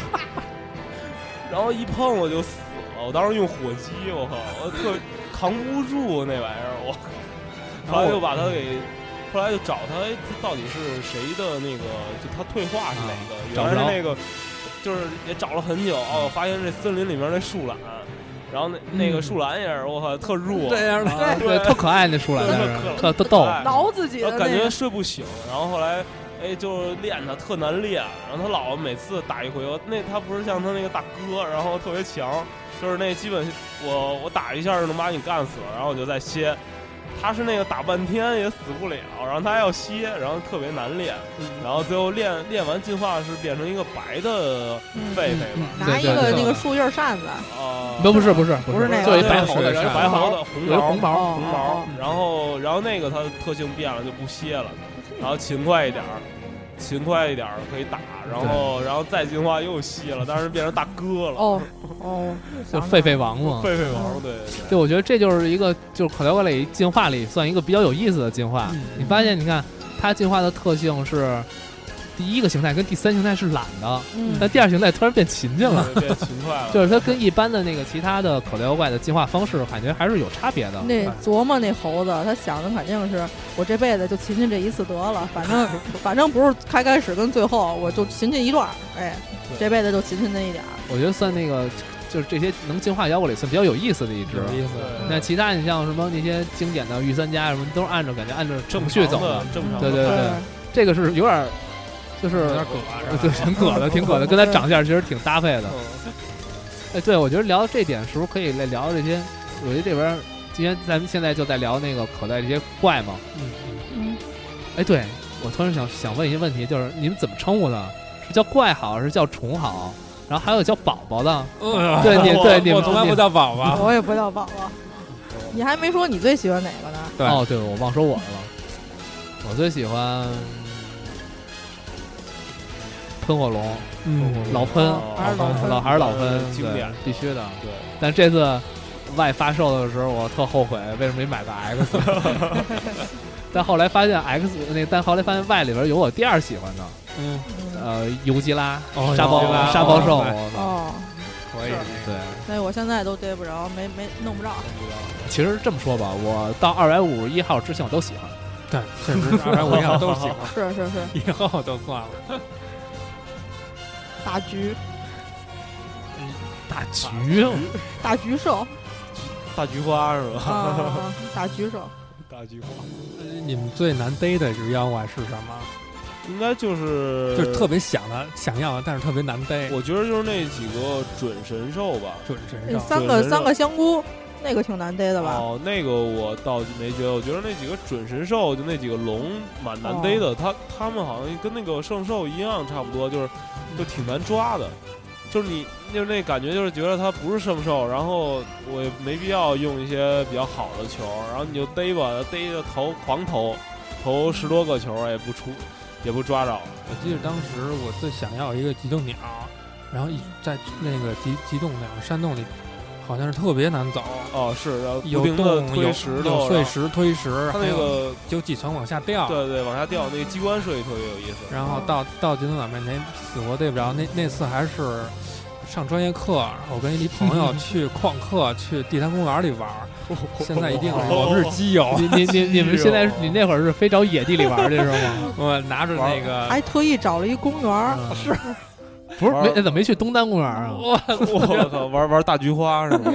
然后一碰我就死了。我当时用火机，我靠，我特扛不住那玩意儿，我。后来就把他给，后来就找他，哎他到底是谁的那个，就他退化是哪个？找原来不着是那个，就是也找了很久，哦，发现这森林里面那树懒，然后那那个嗯树懒也是，我靠，特弱，这样的，啊对对特可爱那出来特的，可特特逗特可，爱挠自己然的后感那觉个。睡不醒，然后后来，哎，就是练他特难练，然后他老每次打一回合，那他不是像他那个大哥，然后特别强，就是那基本我我打一下就能把你干死了，然后我就再歇。他是那个打半天也死不了，然后他还要歇，然后特别难练，嗯然后最后练练完进化是变成一个白的嗯狒狒吧，拿一对个对对那个树叶扇子，啊、不不是不是不是那个作为对白对猴子是是吧白猴子红有一毛红毛，哦红毛哦，然后然后那个它的特性变了就不歇了，然后勤快一点儿，勤快一点儿可以打，然后然后再进化又歇了，但是变成大哥了，哦哦，嗯就想起狒来狒王嘛。狒狒王对对对，我觉得这就是一个，就是口袋怪里进化里算一个比较有意思的进化。嗯你发现，你看它进化的特性是，第一个形态跟第三形态是懒的，嗯，但第二形态突然变勤对劲了，，对变勤快了， 就是它跟一般的那个其他的口袋妖怪的进化方式，感觉还是有差别啊的。那琢磨那猴子，他想的肯定是我这辈子就勤勤这一次得了，反正反正不是开开始跟最后，我就勤勤一段儿，哎，对这辈子就勤勤那一点儿。我觉得算那个，就是这些能进化妖怪里算比较有意思的一只。有意思，那其他你像什么那些经典的御三家什么，都是按照感觉按照正程序常走的的。正嗯常对对对这个是有点儿，就是有点葛啊是 对，吧？挺葛的，挺葛的，跟他长相其实挺搭配的。哎，对，我觉得聊到这点，是不是可以来聊这些？我觉得这边儿今天咱们现在就在聊那个口袋这些怪嘛。嗯嗯，哎，对我突然想想问一些问题，就是你们怎么称呼的？是叫怪好，是叫虫好？然后还有叫宝宝的，嗯对你对 你我们嗯从来不叫宝宝，我也不叫宝宝，你还没说你最喜欢哪个呢？对哦，对，我忘说我了。我最喜欢喷火 龙，嗯，老喷，哦还是老喷老还是老呃喷，经对典的必须的。对，但这次 Y 发售的时候，我特后悔为什么没买个 X。但后来发现 X 那，但后来发现 Y 里边有我第二喜欢的，嗯，嗯，呃，尤吉拉、哦沙尤吉拉包沙包兽，哦我操哦，可以是，对。那我现在都逮不着，没没弄不着。啊其实这么说吧，我到二百五十一号之前我都喜欢，对，确实二百五一号都喜欢，是是是，以后都算了，大橘大橘大橘 兽大菊花是吧？啊，大橘兽。大菊花呃你们最难逮的一只妖怪是什么？应该就是就是特别想的想要的，但是特别难逮。我觉得就是那几个准神兽吧。准神那兽，三对个人三肉个香菇，那个挺难逮的吧？哦，那个我倒没觉得，我觉得那几个准神兽就那几个龙蛮难逮哦的，它它们好像跟那个圣兽一样，差不多，就是嗯就挺难抓的。就是你就是那感觉，就是觉得它不是圣兽，然后我也没必要用一些比较好的球，然后你就逮吧，逮着投狂投，投十多个球也不出，也不抓着。我记得当时我最想要一个极冻鸟，然后一在那个极极冻鸟山洞里，好像是特别难走，哦，是，然后有不停的洞有推石有头，碎然后石推石，它还那有个有几层往下掉，对对往下掉那个机关设计特别有意思。然后到到极冻鸟面前死活逮不着。那那次还是上专业课，我跟一朋 友去旷课去地坛公园里玩儿，现在一哦定是我们是 基友，你你你你们现在哦你那会儿是非找野地里玩去是吗？我拿着那个哎还特意找了一公园嗯儿，是，不是玩没哎怎么没去东单公园 啊？我靠，玩玩大菊花是吗？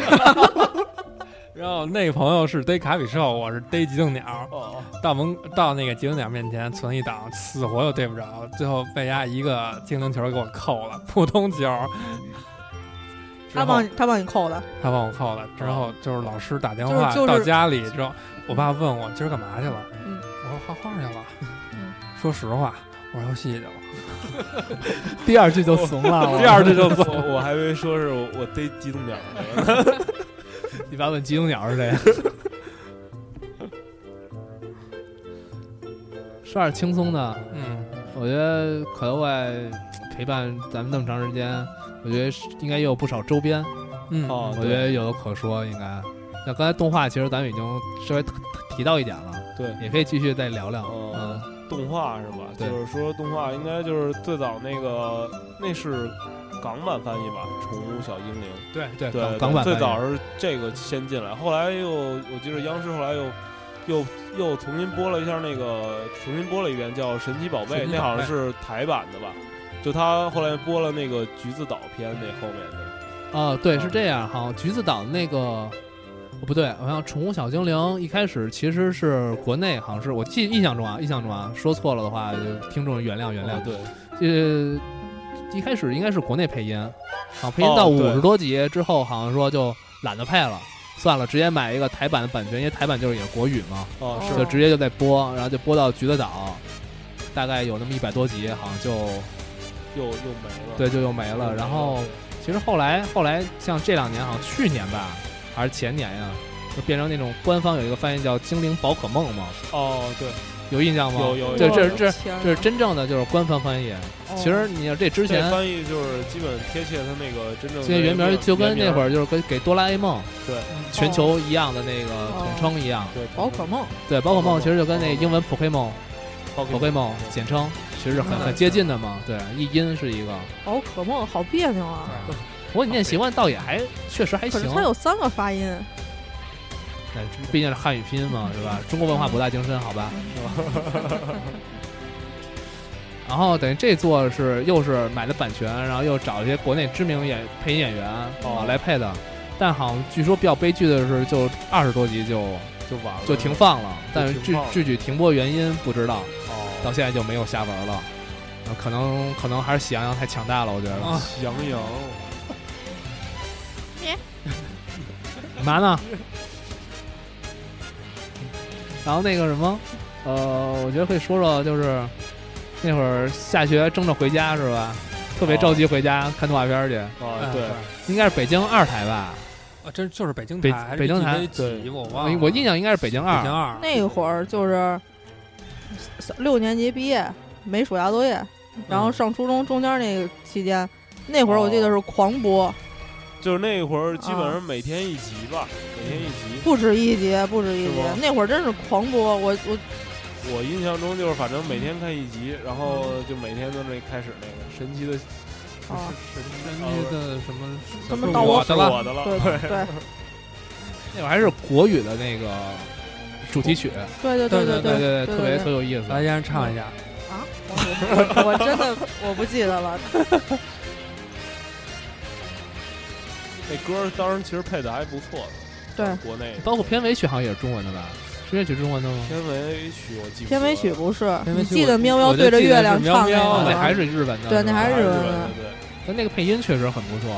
然后那朋友是逮卡比兽，我是逮极冻鸟。哦，到门到那个极冻鸟面前存一档，死活又逮不着，最后被丫一个精灵球给我扣了，普通球。之他后帮你他帮你扣的，他帮我扣了，之后就是老师打电哦就是话、就是到家里之后，我爸问我今儿干嘛去了，嗯我说画画去了。嗯说实话，我玩游戏去了。第二句就 怂了，我第二句就走，哦我我还以为说是我我逮激动点儿呢。 你把问吉永鸟是 谁？说点轻松的，嗯，我觉得可乐外陪伴咱们那么长时间，我觉得是应该也有不少周边，嗯，哦我觉得有的可说。应该，那刚才动画其实咱们已经稍微提到一点了，对，也可以继续再聊聊。哦嗯，动画是吧？就对是说动画应该就是最早那个那是港版翻译吧，《宠物小精灵》。对对对，对港版最翻译早是这个先进来，后来又我记得央视后来又又又重新播了一下那个重新播了一遍叫《神奇宝贝》，神奇那宝好像贝是台版的吧？就他后来播了那个橘子岛篇那后面的。啊，对，哦是这样哈。橘子岛那个，哦不对，好像《宠物小精灵》一开始其实是国内，好像是我记印象中啊，印象中啊，说错了的话，就听众原谅原谅哦。对，呃，一开始应该是国内配音，好、配音哦到五对十多集之后，好像说就懒得配了，算了，直接买一个台版的版权，因为台版就是也是国语嘛，哦是哦就直接就在播，然后就播到橘子岛，大概有那么一百多集，好像就又又没了。对就又没了。然后其实后来后来像这两年，好像去年吧，还是前年呀、就变成那种官方有一个翻译叫《精灵宝可梦》嘛，哦对，有印象吗？有有对，有这我是的这天这是哪真正的就是官方翻译。哦其实你要这之前这翻译就是基本贴切他那个真正的这原名就跟那会儿儿就是跟给哆啦 A 梦对全哦球一样的那个统称一样。对宝可梦对，宝可梦其实就跟那英文 Pokemon 宝 Pokemon 简称其实是嗯很很接近的嘛。对，一音是一个。宝可梦好别扭啊！不过你念习惯倒也还确实还可行是，它有三个发音，哎毕竟是汉语拼音嗯嘛，是吧？中国文化博大精深，好 吧。然后等于这座是又是买的版权，然后又找一些国内知名演配音演员哦啊来配的，但好像据说比较悲剧的是，就二十多集就就完了就停放了，但是停具放了具体停播原因不知道，到哦，现在就没有下文了。啊可能可能还是喜羊羊太强大了，我觉得。啊喜羊羊干嘛呢？然后那个什么，呃，我觉得可以说说，就是那会儿下学争着回家是吧？特别着急回家看动画片儿去，啊对，应该是北京二台吧？嗯啊，这就是北京北台还是北京台哎 BTV 几对我忘了，我印象应该是北京北二京，二那会儿就是六年级毕业没暑假作业，然后上初中中间那个期间，那会儿我记得是狂播，就是那会儿基本上每天一集啊吧，每天一集。不止一集，不止一是集吗，那会儿真是狂播，我我我印象中就是反正每天看一集，然后就每天都那开始那个神奇的啊，神神奇的什么什么是嗯到我是的了，我的了，对对对那会儿还是国语的那个主题曲，对 对对对对对特别特有意思。来，先唱一下。啊，我我我真的我不记得了，那歌当时其实配的还不错的，对，国内的包括片尾曲好像也是中文的吧？是片尾曲中文的吗？片尾曲我记不片尾曲得了不是，片尾你曲记我得喵喵我就对着记得月是亮喵唱喵那啊哦，个那吗，还是日本的。对那还还是是日日文本的的，对，但那个配音确实很不错。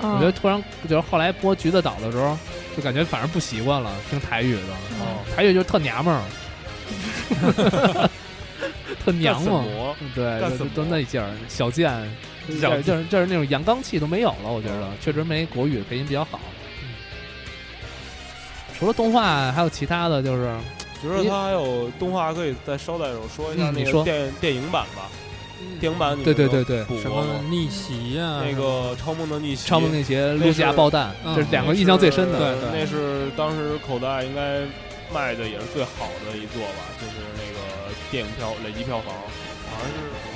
我我觉得突然就是后来播《橘子岛》的时候，就感觉反而不习惯了听台语嗯的，哦，台语就特娘们儿， 特娘干嘛死。魔嗯对，干就死就魔都那劲儿，小贱，就是小就是就是那种阳刚气都没有了。我觉得确实没国语配音比较好。嗯除了动画，还有其他的就是觉得它还有动画可以再捎带手说一下嗯那你个说嗯电电影版吧，电影版你们对对都对对，嗯补什过么吗？逆袭啊？嗯那个超梦的逆袭，超梦那些那陆家是爆弹，嗯这是两那个印象最深是的。对对那是当时口袋应该卖的也是最好的一座吧，就是那个电影票累计票房，好像是。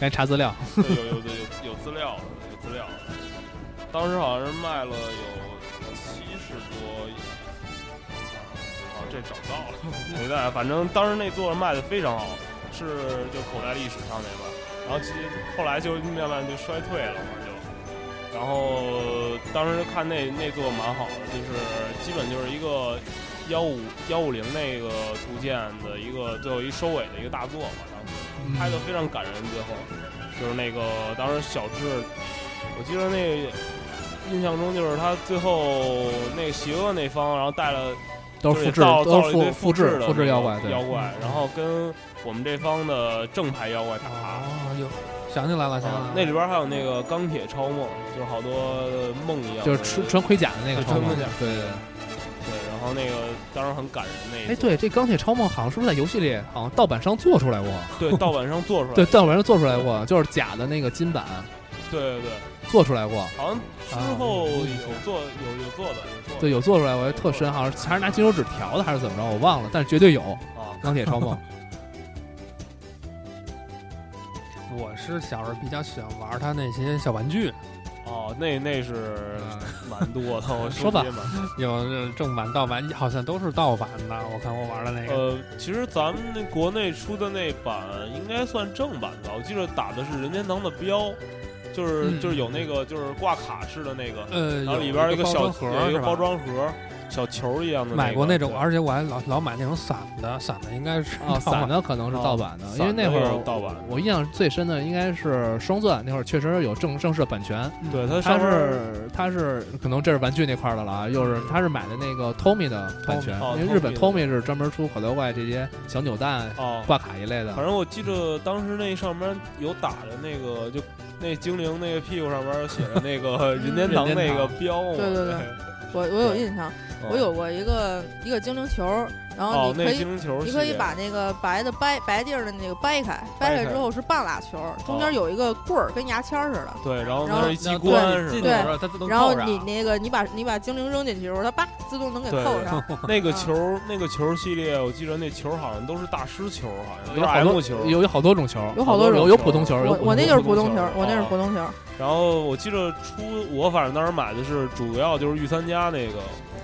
赶紧查资料。对有有有有有资料，有资料。当时好像是卖了有七十多，啊，这找不到了，没带。反正当时那座卖的非常好，是就口袋历史上那吧。然后其实后来就慢慢就衰退了嘛，就。然后当时看那那座蛮好的，就是基本就是一个幺五幺五零那个图鉴的一个最后一收尾的一个大作嘛，当时。嗯拍嗯的非常感人。最后就是那个当时小智，我记得那印象中就是他最后那邪恶那方，然后带了都就是是复制，造造都了是一堆复复制制的复制那妖种怪，对嗯妖怪，然后跟我们这方的正牌妖怪打。哦，有想起来了，想起来啊了，那里边还有那个钢铁超梦，就是好多梦一样的，就是穿穿盔甲的那个对超穿梦盔甲，对对对。对，然后那个当时很感人那一哎，座，对，这钢铁超梦好像是不是在游戏里好像盗版商做出来过？对，盗版上做出来对，的，盗版商做出来过，就是假的那个金版对对对，做出来过，好像之啊后有印有做有有做的有做的，对，有做出来过，特深，好像是还是拿金手指调的还是怎么着，我忘了，但是绝对有啊，钢铁超 梦。我是小时候比较喜欢玩他那些小玩具，哦，那那是嗯蛮多的，我说吧直接蛮有这正版、盗版，好像都是盗版的。我看我玩的那个，呃，其实咱们那国内出的那版应该算正版吧，我记得打的是任天堂的标，就是、嗯就是有那个就是挂卡式的那个，呃，然后里有边一有个包小装盒有一是个包吧？装盒，小球一样的、买过那那种，而且我还老老买那种散的，散的应该是 啊，盗版散的可能是盗版的，因为那会有儿盗版，我印象最深的应该是双钻，那会儿确实有正正式的版权，对它他上面是他是可能这是玩具那块儿的了啊，又是他是买的那个 Tommy 的版权 Tommy，哦，因为日本 Tommy Tommy 是专门出口袋怪这些小扭蛋、哦，挂卡一类的反。正我记着当时那上面有打着那个就。那精灵那个屁股上面写着那个任天堂任天那个堂标嘛，对对对我我有印象，我有过一个一个精灵球，然后哦，你那可以精灵球系列，你可以把那个白的掰白地儿的那个掰开，掰开之后是半拉球，中哦间有一个棍儿，跟牙签儿似的。对，然后然后它是一机关是对吧？它自动然后扣上啊你那个你把你把精灵扔进去的时候，它叭自动能给扣 上。那嗯个球儿，那个球儿系列，我记得那球儿好像都是大师球儿，好像都有是好 M 多球儿。有有好多种球，有好多种有有普通球，有我普通我那球就是普通球普通，球我那是哦普通球。 然后我记得出我反正当时买的是主要就是御三家那个，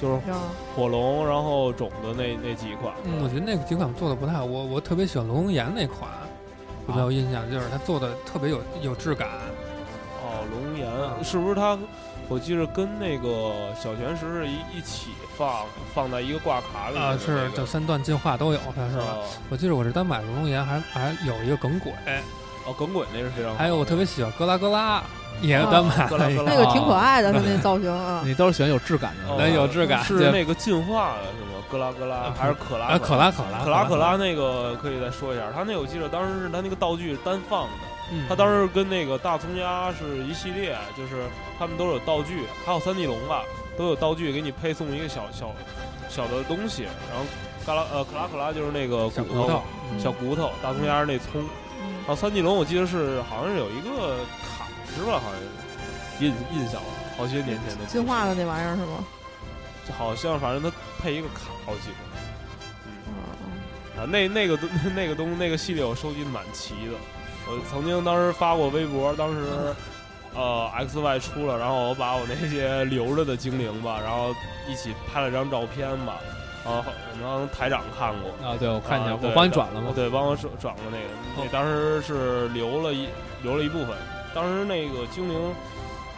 就是然后火龙，然后种的那那几款。嗯，我觉得那个几款做的不太好，我我特别喜欢龙龙岩那款，我比啊较有印象，就是它做的特别有有质感。哦，龙啊岩是不是它？我记得跟那个小泉石是一一起放放在一个挂卡里啊，面的那是个就三段进化都有，它是吧？哦我记得我是单买龙龙岩，还还有一个耿鬼，哦，耿鬼那是非常好还有哎我特别喜欢哥拉哥拉，也哦是单买哥拉了一哥个拉那个挺可爱的，它那造 型啊。你都是喜欢有质感哦的。那有质感是那个进化的是吗？哥拉哥拉啊还是可拉啊，可拉可拉可拉可拉那个可以再说一下，他那我记得当时是他那个道具是单放的，嗯他当时跟那个大葱鸭是一系列，就是他们都有道具，还有三地龙吧，都有道具给你配送一个小小小的东西，然后嘎啦呃克拉克拉就是那个小骨骨头，小骨头，大葱鸭是那葱，嗯然后三地龙我记得是好像是有一个卡是吧？好像是印印象了，好些年前的故事进化的那玩意儿是吗？好像反正它配一个卡，我记得。哦嗯啊，那那个东 那个东那个系列我收集得蛮齐的，我曾经当时发过微博，当时呃 X Y 出了，然后我把我那些留着的精灵吧，然后一起拍了张照片吧，然后我们当时台长看过，啊，对，我看见啊我对帮你转了吗？哦对，帮我转转过那个，那当时是留了一留了一部分，当时那个精灵。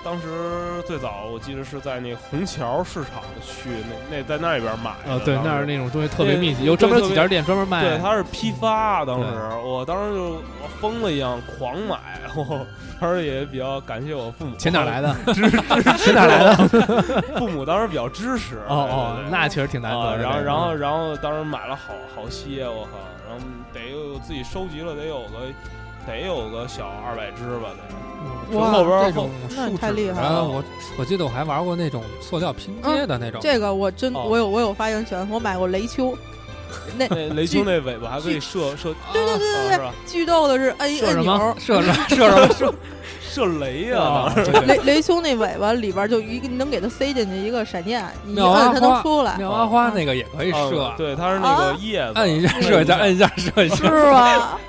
当时最早我记得是在那虹桥市场去那那在那边买的啊，对，当时那儿那种东西特别密集，对有专门对几家店专门卖。对，它是批发，当时我当时就我疯了一样狂买，我当时也比较感谢我父母，钱哪儿来的？的？ 钱哪儿来的？ 父母当时比较支持，哦哦，那确实挺对对对难得啊，然后的。这个然后然后当时买了好好些，我靠，然后得有自己收集了得有个得有个小二百只吧，得嗯哇后边儿这种那树太厉害然啊了后我我记得我还玩过那种塑料拼接的那种，嗯这个我真哦我有我有发言权，我买过雷丘， 那那 雷丘那尾巴还可以射射，对对对啊对是对，吧？巨逗的是按一射哎按什么钮，？射什么？射什么？射雷呀、啊对对 雷雷丘那尾巴里边就一个你能给它塞进去一个闪电，你一秒摁啊它能花出来，妙蛙花那个也可以嗯射，对，它是那个啊叶子，按一下射一下，按一下 射一是下。吧？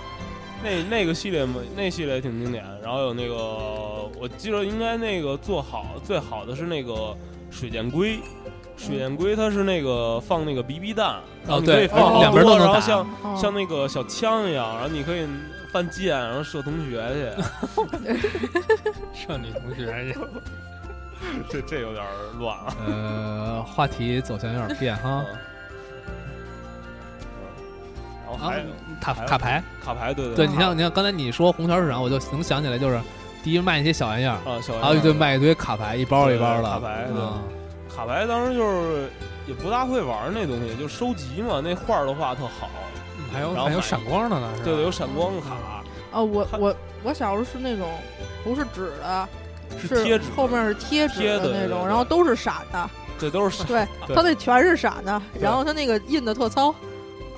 那那个系列嘛，那系列挺经典。然后有那个，我记得应该那个做好最好的是那个水箭龟，水箭龟它是那个放那个 BB 弹，然后你对可以放哦好两边都多，能然后打像 哦像那个小枪一样，然后你可以犯贱，然后射同 学去。射女同学，这这有点乱啊。嗯呃，话题走向有点变 哈。然后啊还有，卡还有卡牌，卡牌，对对，对你像你像刚才你说虹桥市场，我就能想起来，就是第一卖一些小玩意儿，啊，小还有一对堆卖一堆卡牌，一包一包的卡牌，对。啊卡牌当时就是也不大会玩儿那东西，就收集嘛。那画儿的画特好，还有然后还有买闪光的呢，是吧对，有闪光嗯卡，哦，我它我我小时候是那种不是纸的，是贴纸的，后面是贴纸贴的的那对对种，对然后都是闪的，这都是对，对它那全是闪的，对然后它那个印的特糙，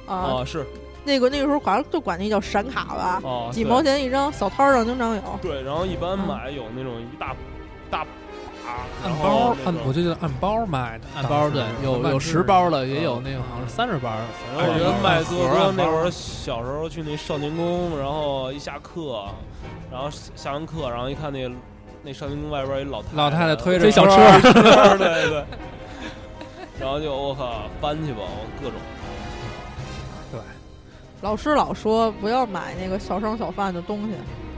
啊，啊，是那个那个时候好像就管那叫闪卡吧，啊，几对毛钱一嗯张，小摊儿上经常有。对，然后一般买有那种一大大把，按然包后那按，种我就记得按包卖的，按包对，有有十包的，的，也有那个好像是三十包的，然后嗯我觉得麦哥盒说儿那会儿小时候去那少年宫，然后一下课，然后下完课，然后一看那那少年宫外边儿一老太老太太推着这小车包 对对对，然后就我靠搬去吧，我各种。老师老说不要买那个小商小贩的东西，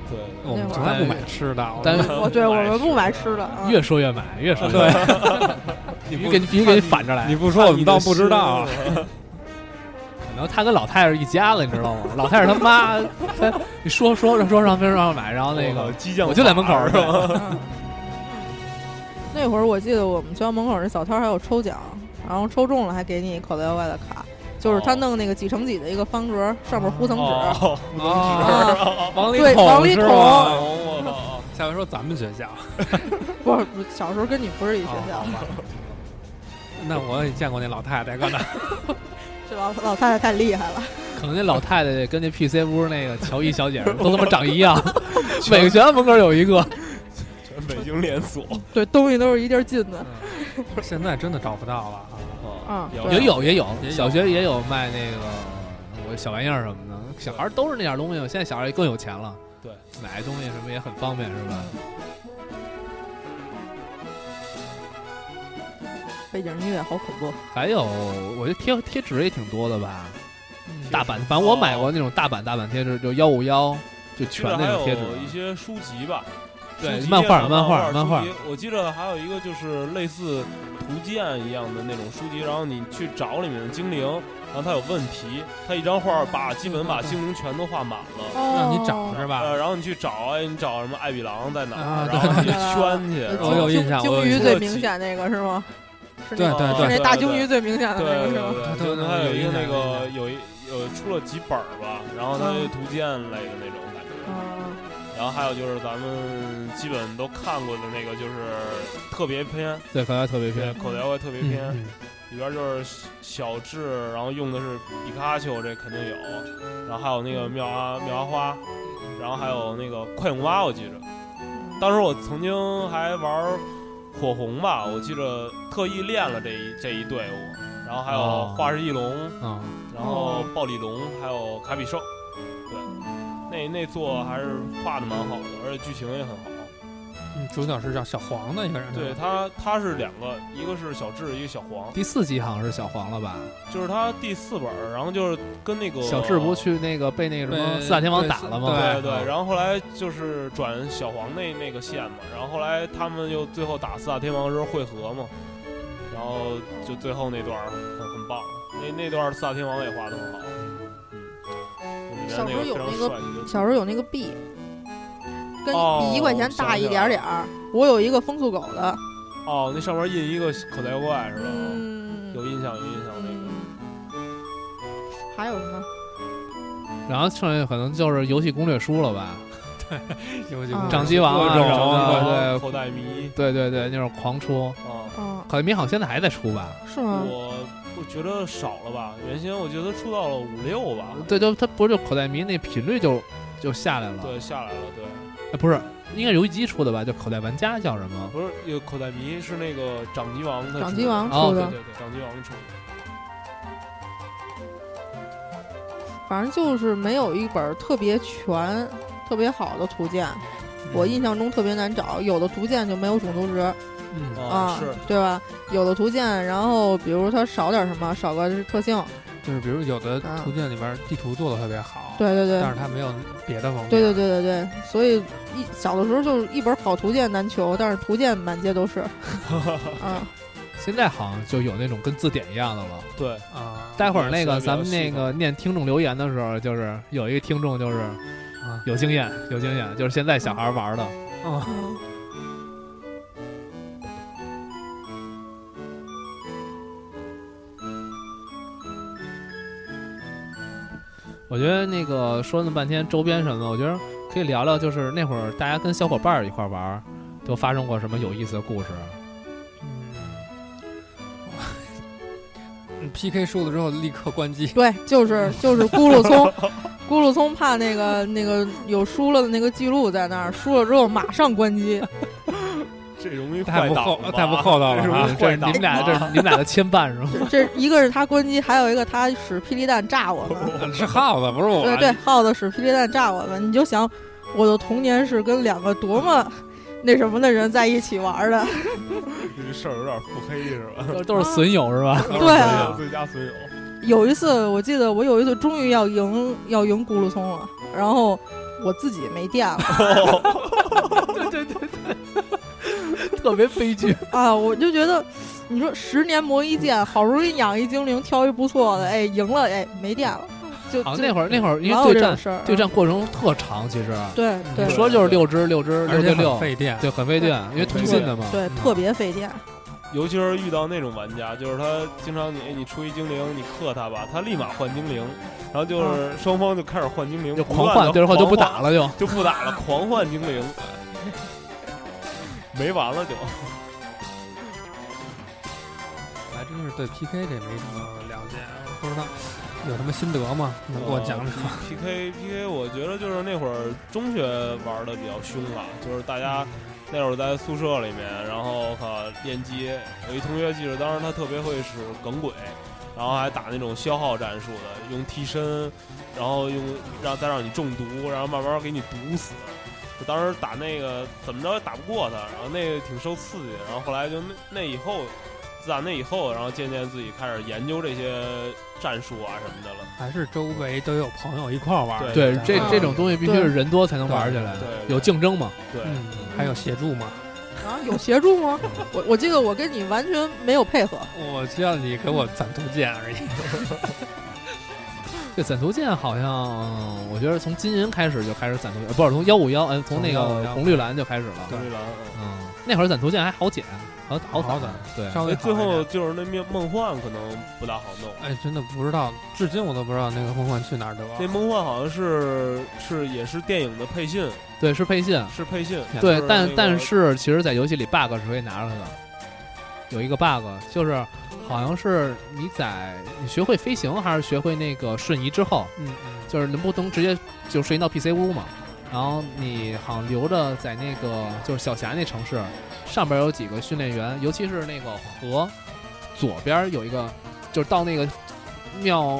对，我们从来不买吃的，我们哎但是嗯我对我们不买吃的啊。越说越买，越说越买， 必须给你必须给你反着来你。不说我们倒不知道啊。然后他跟老太太是一家子，你知道吗？老太太他妈，他你说说说让别人让买，然后那个激将我就在门口儿是吧？嗯那会儿我记得我们学校门口那小摊儿还有抽奖，然后抽中了还给你口袋妖怪的卡，就是他哦弄那个几乘几的一个方格，上面糊层纸，哦，啊，啊，往对往里是捅吧？我靠！下回说咱们学校， 不是不是小时候跟你不是一学校啊哦 好吧那我也见过那老太太搁那儿，是吧？老太太太厉害了，可能那老太太跟那 PC 屋那个乔伊小姐儿都他妈长一样，每个学校门口有一个。全北京连锁对，东西都是一地儿进的。嗯 现在真的找不到了啊。啊也也对有也有，也有小学也有卖那个我小玩意儿什么的，小孩儿都是那点儿东西。现在小孩儿更有钱了，对，买东西什么也很方便，是吧？背景音乐好恐怖，还有，我觉得贴贴纸也挺多的吧，嗯大版，反正我买过那种大版大版贴纸，就幺五幺，就记全得还那种贴纸有。一些书籍吧，对书籍漫画啊漫漫画画漫画书籍。我记得还有一个就是类似图鉴一样的那种书籍，然后你去找里面的精灵，然后它有问题，它一张画把基本把精灵全都画满了。让你哦找是吧？呃，然后你去找，哎，你找什么艾比狼在哪儿？啊然后你对圈去，然我有后印象我鲸有鱼印最象明显那个是吗？是对那个对是对哦那对大对鲸鱼最明显的对那个是吗？对对对对，就它有一个对那个对有一有出了几本儿吧，然后它就图鉴类的那种感觉。嗯，然后还有就是咱们基本都看过的那个就是特别篇，对，口袋特别对，篇，口袋妖怪特别嗯篇。嗯里边就是小智，然后用的是皮卡丘，这肯定有，然后还有那个妙蛙妙蛙啊花，然后还有那个快用蛙，我记着，当时我曾经还玩火红吧，我记着特意练了这一这一队伍，然后还有哦化石翼龙，嗯，然后暴力龙，还有卡比兽，对，那那座还是画的蛮好的，而且剧情也很好。嗯，主角是叫小黄的一个人，对他，他是两个，一个是小智，一个小黄，第四集好像是小黄了吧？就是他第四本儿，然后就是跟那个小智不去那个被那个什么被四大天王对打四对了吗？对对，然后后来就是转小黄那那个线嘛，然后后来他们又最后打四大天王的时候会合嘛，然后就最后那段儿很很棒，那那段儿四大天王也画的很好，嗯，里面小那时候个非有常那个帅气的小时候有那个币，跟哦比一块钱大一点点儿。我有一个风速狗的，哦，那上面印一个口袋妖怪是吧？嗯，有印象有印象那个，还有什么？然后剩下可能就是游戏攻略书了吧？有几啊个掌机王啊各种什么各的种对口袋迷对对对，那种狂出，啊。啊，口袋迷好像现在还在出吧？是吗？我我觉得少了吧，原先我觉得出到了五六吧，对，就它不是就口袋迷那频率就就下来了？对，下来了，对。哎，不是，应该是游戏机出的吧？就口袋玩家叫什么？不是有口袋迷是那个掌机王的，掌机王哦出对的，对对，掌机王出的，反正就是没有一本特别全、特别好的图鉴。嗯我印象中特别难找，有的图鉴就没有种族值嗯，啊啊，是，对吧？有的图鉴，然后比如它少点什么，少个特性，就是比如有的啊图鉴里边地图做的特别好，，对对对但，是它没有别的方面，对对对对对，所以一小的时候就是一本好图鉴难求，但是图鉴满街都是。嗯，现在好像就有那种跟字典一样的了。对，啊，待会儿那个现在比较咱们系那个念听众留言的时候，就是有一个听众就是啊有经验，有经验，就是现在小孩玩的。我觉得那个说那么半天周边什么的，我觉得可以聊聊，就是那会儿大家跟小伙伴儿一块儿玩儿，都发生过什么有意思的故事？ 嗯 PK 输了之后立刻关机，对，就是就是咕噜葱，咕噜葱怕那个那个有输了的那个记录在那儿，输了之后马上关机。这容易太坏不档厚吧，太不厚道了这容易啊！这坏是你档们俩，吧这是你们俩的牵绊是吗？这这一个是他关机，还有一个他使霹雳弹炸我 们。是耗子，不是我。对对，耗子使霹雳弹炸我们，你就想我的童年是跟两个多么那什么的人在一起玩儿的。这个事儿有点腹黑是 吧？都都是损友是吧？对啊最佳损友，有一次，我记得我有一次终于要赢要赢咕噜松了，然后我自己没电了 特别悲剧。啊，我就觉得，你说十年磨一剑，好容易养一精灵，挑一不错的，哎，赢了，哎，没电了，就好，就那会儿那会儿因老为对有这种战事儿，啊对战过程中特长，其实对对你说就是六支六支而六且对很六，费电，对，很费电，因为通信的嘛。对嗯特别费电，尤其是遇到那种玩家，就是他经常你哎你出一精灵，你克他吧，他立马换精灵，然后啊就是双方就开始换精灵，就不狂断换，地对话就不打换，了，就就不打了，狂换精 灵，没完了就。还真是对 PK 这没什么了解，我不知道有什么心得吗？能给我讲讲？ PK PK，我觉得就是那会儿中学玩的比较凶吧，就是大家那会儿在宿舍里面，然后哈练机，有一同学记得当时他特别会使耿鬼，然后还打那种消耗战术的，用替身，然后用让再让你中毒，然后慢慢给你毒死。我当时打那个怎么着也打不过他，然后那个挺受刺激的，然后后来就那那以后，自打那以后，然后渐渐自己开始研究这些战术啊什么的了。还是周围都有朋友一块儿玩儿？对对这嗯这种东西必须是人多才能玩起来对，对有竞争嘛。对，嗯，还有协助吗？然后啊有协助吗？我我记得我跟你完全没有 配合，我需要你给我攒图鉴而已。这攒图鉴好像嗯我觉得从金银开始就开始攒图鉴，呃不是从幺五幺，嗯，从那从151个红绿蓝就开始了。红绿蓝，嗯嗯，那会儿攒图鉴还好捡，好好好打打，对，稍所微以最好一后点就是那面梦幻可能不大好弄。哎，真的不知道，至今我都不知道那个梦幻去哪儿得那了。梦幻好像是是也是电影的配信，对是配信，是配信。天对就是，但那但个是其实，在游戏里 bug 是可以拿出来的。有一个 bug 就是，好像是你在你学会飞行还是学会那个瞬移之后，嗯嗯，就是能不能直接就瞬移到 PC 屋嘛？然后你好像留着在那个就是小霞那城市上边有几个训练员，尤其是那个河左边有一个，就是到那个庙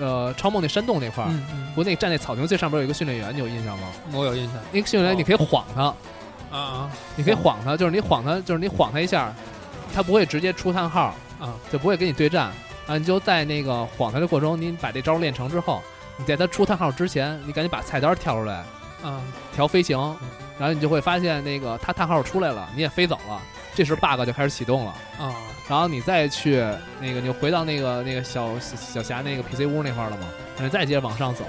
呃超梦那山洞那块儿，嗯不那站那草坪最上边有一个训练员，你有印象吗？嗯，我有印象那个训练员你可以晃他。啊啊你可以晃他，就是你晃他，就是你晃他一下，他不会直接出叹号，啊！就不会跟你对战啊。你就在那个晃他的过程中，你把这招练成之后，你在他出叹号之前，你赶紧把菜单跳出来，啊，调飞行，然后你就会发现那个他叹号出来了，你也飞走了，这时 bug 就开始启动了。啊，然后你再去那个，你就回到那个那个小小小霞那个 PC 屋那块儿了嘛，然后再接着往上走，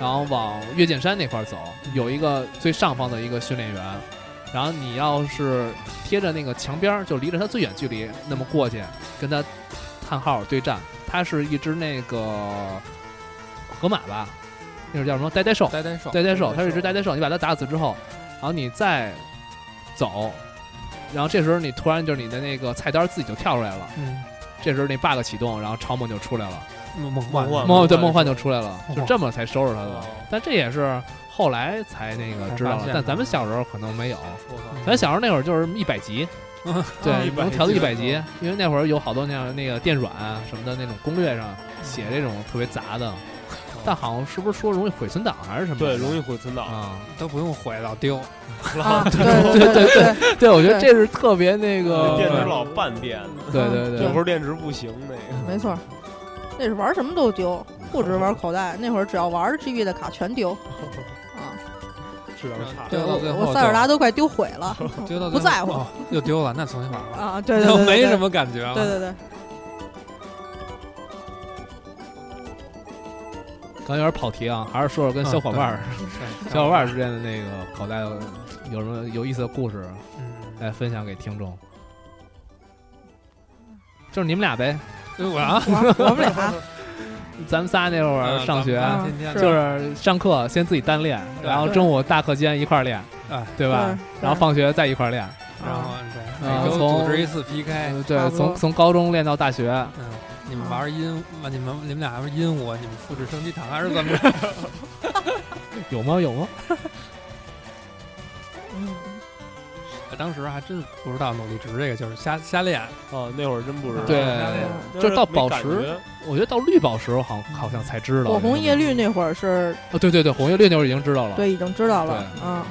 然后往月见山那块儿走，有一个最上方的一个训练员，然后你要是贴着那个墙边儿，就离着他最远距离那么过去，跟他叹号对战，他是一只那个河马吧，那是叫什么呆呆兽，嗯呆呆兽，呆呆兽，它是一只呆呆兽。你把它打死之后，然后你再走，然后这时候你突然就是你的那个菜单自己就跳出来了。嗯，这时候那 bug 启动，然后超梦就出来了，梦梦幻梦幻嗯梦对梦幻就出来了，梦幻就这么才收拾它的哦。但这也是后来才那个知道才发的，现但咱们小时候可能没有。我靠咱小时候那会儿就是一百级，对， 100能调到一百级级，因为那会儿有好多那样那个电软啊什么的那种攻略上写这种特别杂的，但好像是不是说容易毁存档还是什么嗯对的？容易毁存档，啊。都不用毁，老丢。 啊，对对对对， 对，我觉得这是特别那个哦 电池老半电的，对对这对会儿电池不行那个。没错，那是玩什么都丢，不止玩口袋，那会儿只要玩 GB 的卡全 丢。啊，质量差。对嗯对到我最后我塞尔达就，都快丢毁了丢到不最后在乎哦又丢了，那重新玩吧。 啊，对对对，对没什，么感觉了。对对对，刚有点跑题啊，还是说说跟小伙伴儿、嗯对小伙伴儿之间的那个口袋有什么有意思的故事嗯，来分享给听众。就是你们俩呗，对我啊，我我们俩咱们仨那会儿嗯上学，咱们啊天天是就是上课先自己单练，对然后中午大课间一块儿练，哎对吧？对然后放学再一块儿练，然后啊，对啊每周从组织一次 PK。呃对哎差，不多从从高中练到大学，嗯，你们玩阴，你们你们俩玩阴我，你们复制升级塔还是怎么 着？有吗？有吗？嗯当时还真不知道努力值这个，就是瞎瞎练。哦，那会儿真不知道。对瞎练那就是到没宝感石觉我觉得到绿宝石，我好像好像才知道。火红叶绿那会儿是哦，对对对，红叶绿那会儿已经知道了。对已经知道了啊对啊，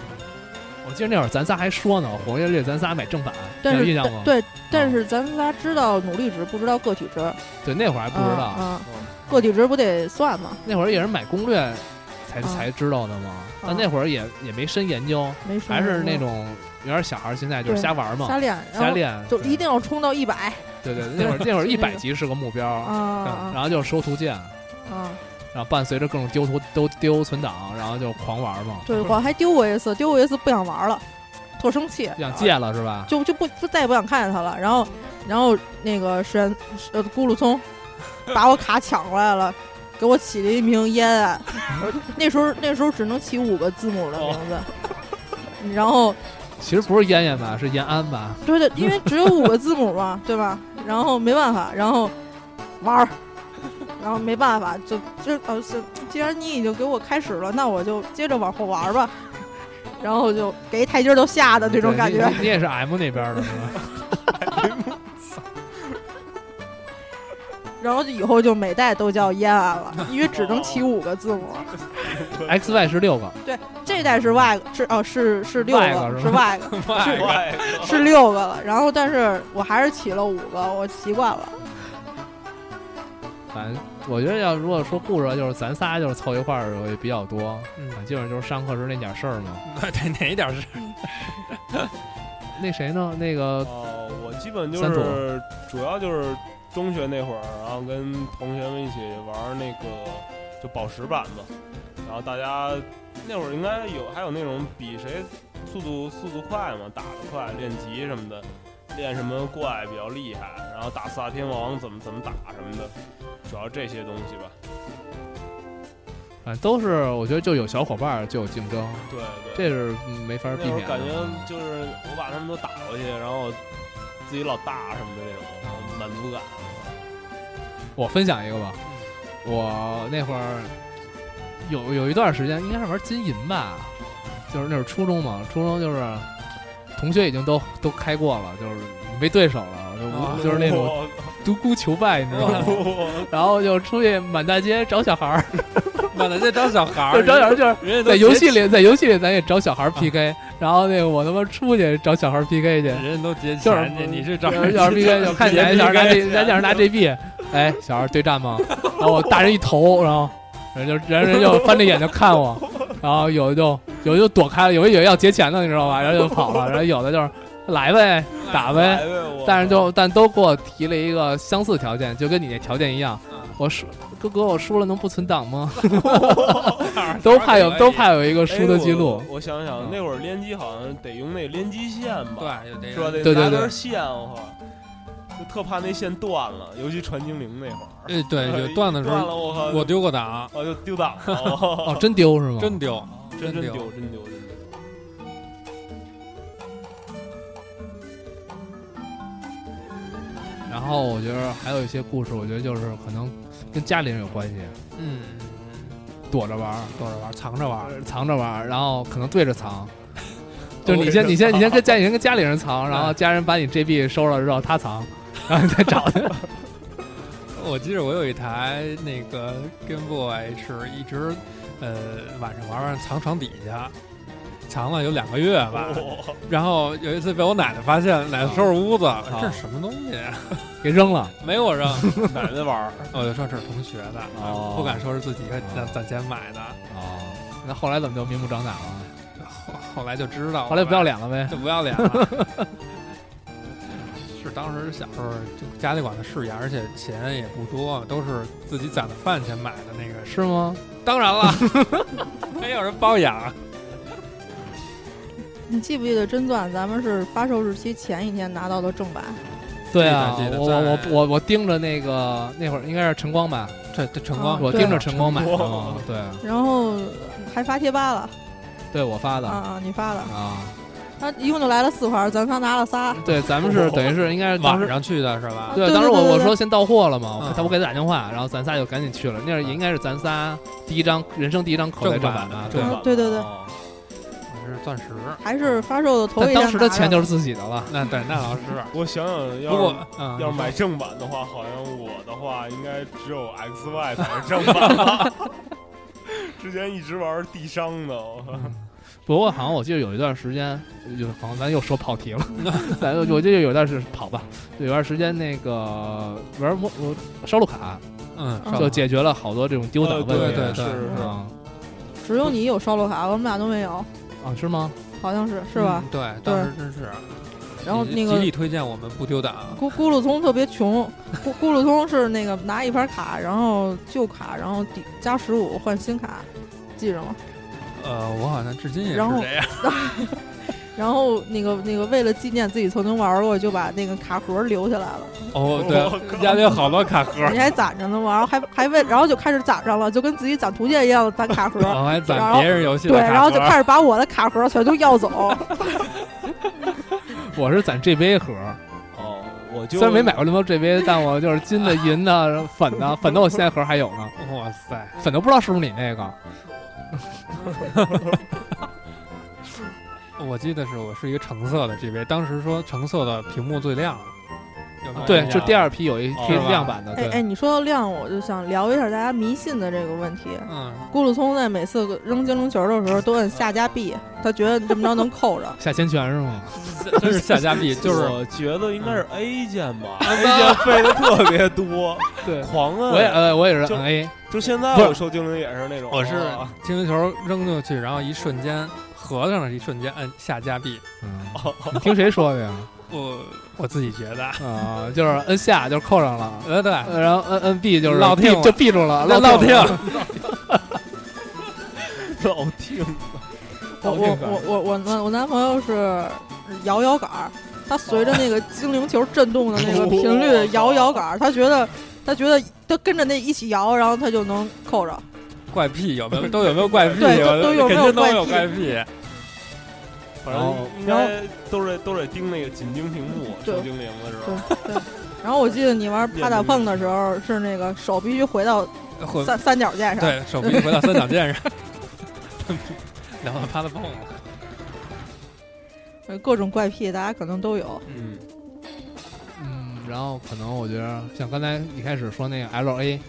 我记得那会儿咱仨还说呢，《火影忍者》咱仨买正版，但有是印象吗但？对，但是咱们仨知道努力值，不知道个体值，对那会儿还不知道，啊，啊嗯个体值不得算吗？那会儿也是买攻略才、啊才知道的嘛。啊但那会儿也也没深研究，没什么还是那种有点小孩儿心态，就是对瞎玩儿嘛瞎，练，然瞎后练。就对一定要冲到一百对 对，那会儿那会儿就一那个百级是个目标，嗯啊然后就是收图鉴，啊啊！然后伴随着各种丢图都丢存档，然后就狂玩儿嘛，对，我还丢过一次，丢过一次不想玩了，特生气，想戒了是吧？就就不就再也不想看见他了。然后，然后那个沈呃咕噜聪把我卡抢过来了，给我起了一名烟爱。 那时候那时候只能起五个字母的名字， 然后其实不是燕燕吧，是延安吧？对对，因为只有五个字母嘛，对吧？然后没办法，然后玩儿，然后没办法，就就呃是，既然你已经给我开始了，那我就接着往后玩儿吧。 然后就给台阶儿都下的这种对感你觉，你你也是 M 那边儿的是吧？然后以后就每代都叫烟安 了，因为只能起五个字母。 X Y 是六个，这代是外是哦是是六外个个 是是外个 外国怪是六个了，然后但是我还是起了五个，我习惯了。反正我觉得要如果说故事，就是咱仨就是凑一块儿会比较多，嗯，基本上就是上课时那点事儿嘛。对哪一点是那谁呢？那个哦，我基本就呃三组啊是主要就是中学那会儿，然后跟同学们一起玩那个就宝石版嘛，然后大家那会儿应该有还有那种比谁速度速度快嘛，打得快，练级什么的。练什么怪比较厉害，然后打四大天王怎么怎么打什么的，主要这些东西吧。反正都是我觉得就有小伙伴儿就有竞争，对对，这是嗯没法那避会免儿的。感觉就是我把他们都打过去，然后自己老大什么的那种然后满足感。我分享一个吧，嗯我那会儿有有一段时间应该是玩金银吧，就是那会儿初中嘛，初中就是同学已经都都开过了，就是没对手了，就无、啊就是 那种独孤求败，你知道吗？种，然后就出去满大街找小孩儿，满大街找小孩就儿，找小孩儿就是 人家都在游戏截 里，在游戏里咱也找小孩儿 PK，、然 后那个我他妈出去找小孩儿 PK 去，人家都劫就是钱去，你是找就是小孩儿 PK 就看起来小孩儿拿 G，咱小孩儿拿 GB，哎，小孩儿对战吗？然后我大人一头，然后人就人人就翻着眼睛看我，然后有的就有的就躲开了，有的以为要劫钱呢，你知道吧？然后就跑了，然后有的就是来呗，打呗。来我但是就但都给我提了一个相似条件，就跟你那条件一样。我输，哥哥，我输了能不存档 吗？都怕有都怕有一个输的记录嗯哎。我我想想，那会儿联机好像得用那联机线吧，对，有这是吧？个。得对对拿对根线，我靠，就特怕那线断了，尤其传精灵那会儿，哎，对，有断的时断候，了，我靠，我丢过档，我就丢档了，哦，我真丢是吗？真丢。真真真丢丢，真丢，真丢。然后我觉得还有一些故事，我觉得就是可能跟家里人有关系，嗯，躲着玩儿，躲着玩，藏着玩。呃藏着玩儿，然后可能对 着藏。就是你对先，着你先，你先藏跟家里人跟家里人藏，然后家人把你 GB 收了之后，他藏，然后你再找他。嗯我记得我有一台那个 Game Boy 是一直，呃，晚上玩玩藏床底下，藏了有两个月吧。哇然后有一次被我奶奶发现，奶奶收拾屋子，这是什么东西？给扔了。啊 没我扔，奶奶玩 儿，我就说这是同学的，啊哦不敢说是自己哦攒攒钱买的。哦，那后来怎么就明目张胆了？后后来就知道了，后来不要脸了呗？就不要脸 了。是当时小时候就家里管的是严，而且钱也不多，都是自己攒的饭钱买的那个。是吗？当然 了，没有人包养。你记不记得真钻？咱们是发售日期前一天拿到的正版，对啊记得记，得我在我我我我盯着那个那会儿应该是晨光吧，这这晨光，光啊我对盯着晨光买的晨嘛光。对，然后还发贴吧了对我发的啊啊！你发了，啊。他一共就来了四盘，咱仨拿了仨。对，咱们是等于是应该是当晚时上去的是吧？对，对当时对我对我对说先到货了嘛，嗯我他我给他打电话，然后咱仨就赶紧去了。那是应该是咱仨第一张人生第一张口袋正正版版的吧？正对版，对对对哦我是钻石。还是发售的头一但天拿当时的钱就是自己的了。那对，那倒是。我想想，不要过是，啊嗯，要是买正版的话，好像我的话应该只有 XY 才是正版吧。 之前一直玩地商的，我靠不过好像我记得有一段时间，有好像咱又说跑题了，咱我记得有一段是跑吧，有一段时间那个玩摩我烧录卡嗯，嗯上就网解决了好多这种丢档呃问对题。对对是是啊只有你有烧录卡，我们俩都没有，啊是吗？好像是是吧？嗯对，当时真是。啊嗯然后那极个力推荐我们不丢档。咕咕噜聪特别穷，咕咕噜聪是那个拿一盘卡，然后旧卡，然后抵加十五换新卡，记着吗？呃，我好像至今也是然后这样。然后那个那个为了纪念自己曾经玩过，就把那个卡盒留下来了，哦，我对，靠家里有好多卡盒。你还攒着呢嘛，然后还还为然后就开始攒上了，就跟自己攒图鉴一样的攒卡盒。我还攒别人游戏的对，啊卡盒，然后就开始把我的卡盒全都 要走，我是攒 GB 盒，哦，我就虽然没买过那么多 GB，但我就是金的、银的、粉的，粉的我现在盒还有呢，哇塞，粉的不知道是不是你那个。我记得是我是一个橙色的 GB，当时说橙色的屏幕最亮，有没有对，印就象第二批有一批哦是吧亮版的，哎对，哎，你说到量，我就想聊一下大家迷信的这个问题。嗯，咕噜聪在每次扔精灵球的时候都摁下加币，他觉得这么着能扣着。下千拳是吗？真是下家 币，就是我觉得应该是 A 键吧，A 键费的特别多，对，狂啊！嗯 我也呃我也是就 NA，就现在不是我收精灵也是那种，我是哦精灵球扔进去，然后一瞬间合上了，一瞬间摁下加币，嗯，你听谁说 的呀？我我自己觉得，啊，就是摁下就扣上了，呃对，呃 然后摁摁 B 就是落落听了就闭住了，那落老听，老听，哦我这我个我我我男我男朋友是摇摇杆儿，它随哦着那个精灵球震动的那个频率摇摇杆儿，他觉得他觉得他跟着那一起摇，然后他就能扣着。怪癖有没 有？都有没有怪癖？对都都有没肯有定都怪有癖怪癖。反然后正应该都得都得盯那个紧盯屏幕，对收精灵的时候对。对。然后我记得你玩啪打碰的时候，是那个手必须回到会三三角键上。对手臂回到三角剑上，聊到啪嗒碰了。对，各种怪癖大家可能都有。嗯， 嗯，然后可能我觉得像刚才一开始说那个 L A，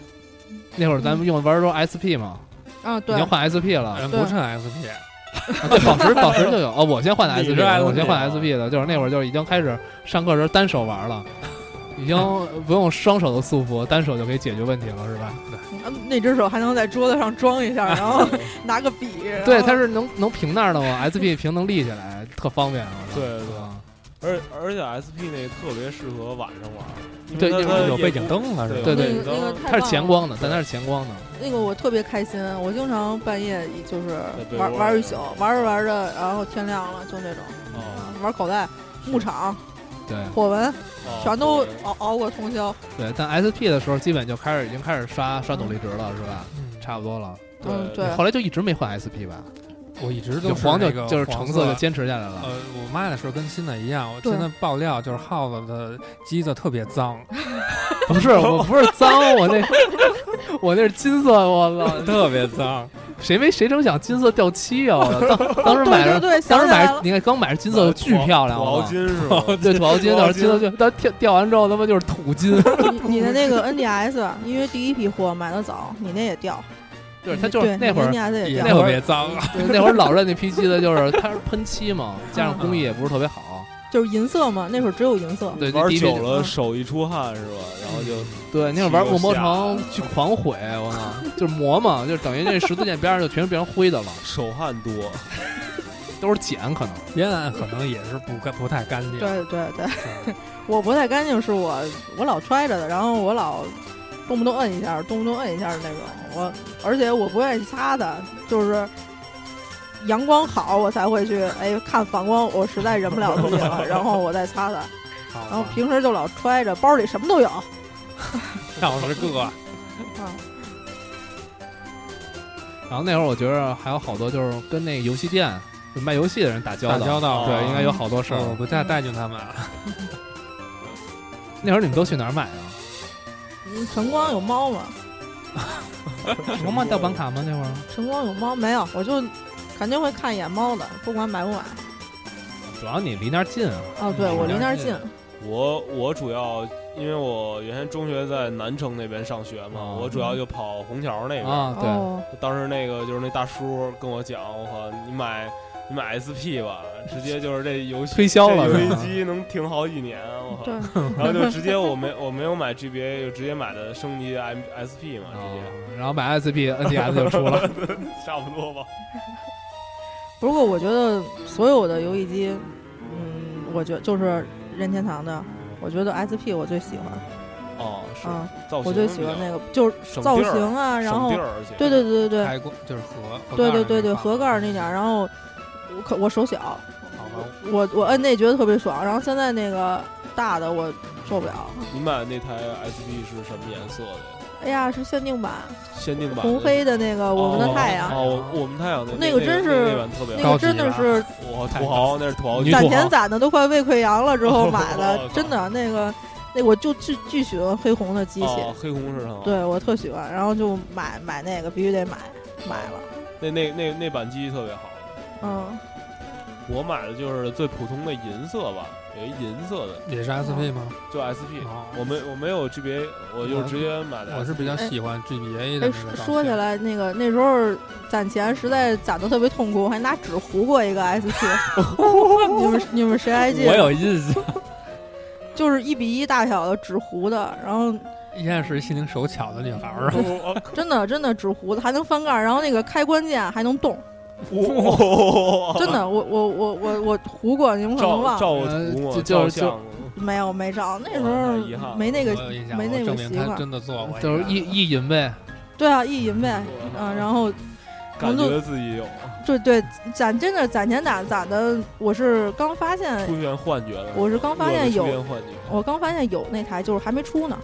那会儿咱们用玩儿都 S P 嘛，啊，已对经，换 S P 了，嗯对不趁 SP，啊对，宝石宝石就有 哦，我先换的你 SP，是 SP 我先换啊 SP 的，就是那会儿就是已经开始上课的时候单手玩了，已 经不用双手的束缚，单手就可以解决问题了，是吧？嗯那只手还能在桌子上装 一下，然后拿个笔。对，他它是能能平那儿的吗？SP 平能立起来，特方便，我操对对对啊而而且 SP 那个特别适合晚上玩，因为对它因为它有也背不景灯了是吧？对对那个那个太它是棒前了光的，但它是前光的，那个我特别开心，我经常半夜就是被玩窝玩里一宿，玩着玩着，然后天亮了就那种，啊哦玩口袋、牧场、对火啊纹，哦全都对熬熬过通宵。对。但 SP 的时候基本就开始已经开始刷刷斗笠值了，是吧？嗯差不多了。嗯，对后来就一直没换 SP 吧，我一直就都黄就那个就是黄橙色就的。坚持下来了。呃，我妈那时候跟新的一样，我对现在爆料就是耗子的机子特别 脏， 不是，我不是脏，我那 我那是金色，我操！ 特别脏。谁没谁成想金色掉漆啊！我操当 当时买着，对对对，当想时起买来着，了，你看刚买着金色土巨漂亮，土我豪操金 是吗？对，土豪金，土到豪时金色就它掉掉完之后，他妈就是土金，你你的那个 NDS，因为第一批货买的早，你那也掉，就是它就是对那你会儿 NDS 也也掉，那会特儿别脏，啊对那会儿老任那批机子就是它是喷漆嘛，加上工艺也不是特别好，就是银色嘛，那会儿只有银色。对，就玩第一批久了手一出汗是吧？然后就对，那会儿玩恶魔城去狂毁，我操，就是磨嘛，就等于那十字剑边上就全变成灰的了，手汗多，都是碱可能。烟案可能也是不干不太干净。对对对， 我不太干净是我我老揣着的，然后我老动不动摁一下，动不动摁一下的那种。我而且我不愿意擦它，就是阳光好我才会去，哎，看反光我实在忍不了自己了，然后我再擦擦。好吧，然后平时就老揣着，包里什么都有。老是个然后那会儿我觉得还有好多就是跟那个游戏店就卖游戏的人打交打道，交道，对，应该有好多事是儿。哦我不太待见他们了。那会儿你们都去哪儿买啊？嗯晨光有猫吗？我妈掉板卡吗？那会儿晨光有猫没有？我就肯定会看一眼猫的，不管买不买。主要你离那儿近啊。哦，对，我离那儿离近那儿，嗯我我主要因为我原先中学在南城那边上学嘛，哦我主要就跑虹桥那边。啊，对，哦，当时那个就是那大叔跟我讲，我靠，你买你买 SP 吧，直接就是这游戏推销了这是游吧戏机能停好几年，啊我靠对。，然后就直接我没我没有买 GBA，就直接买的升级 M SP 嘛，直接、哦然后买 SP、NDS 就出 了。差不多吧。不过我觉得所有的游戏机，嗯，我觉就是任天堂的，我觉得 SP 我最喜欢，哦，是嗯，造型我最喜欢那个就是省造地儿型啊，然后省地儿，而且对对对对对开过就是盒，盒对盖对儿对对那块儿盒盖儿那点儿，然后我可我手小，好吧，我我摁那觉得特别爽，然后现在那个大的我受不了，你买那台 SP 是什么颜色的？哎呀是限定版限定版的红黑的那个哦我们的太阳，哦，我我们太阳那那个真是那版特别那高好，个级真的吧是我土豪那是土豪女金，土豪攒钱攒的都快胃溃疡了之后买哦我的，靠真的那个那我就巨巨喜欢黑红的机器。哦，黑红是吗？，对我特喜欢，然后就买买那个必须得买，买了，那那那那版机特别好，哦嗯，我买的就是最普通的银色吧，有一银色的，也是 SP 吗？就 SP。嗯哦我没我没有 GBA，我就哦我直接买的。我是比较喜欢 GBA 的那个哎，说造说起型来那个那时候攒钱实在攒的特别痛苦，我还拿纸糊过一个 SP，你们你们谁还记我得？有印 象，就是一比一大小的纸糊的，然后依然是心灵手巧的女孩儿啊。我真的真的纸糊的还能翻盖儿，然后那个开关键还能动，哦 哦我真的，我我我我我糊过，你们可能哦照忘了，照图嘛，呃就照就相。没有没照，那时哦那遗憾候了没那个我有印象，没我那证个明习她惯，啊真的做过，就是意意淫呗，嗯对啊，意淫呗，嗯，然后感觉自己有对对，攒真的攒钱攒攒的，我是刚发现，出现幻觉了。我是刚发现有出现幻觉。我刚发现有那台就是还没出呢。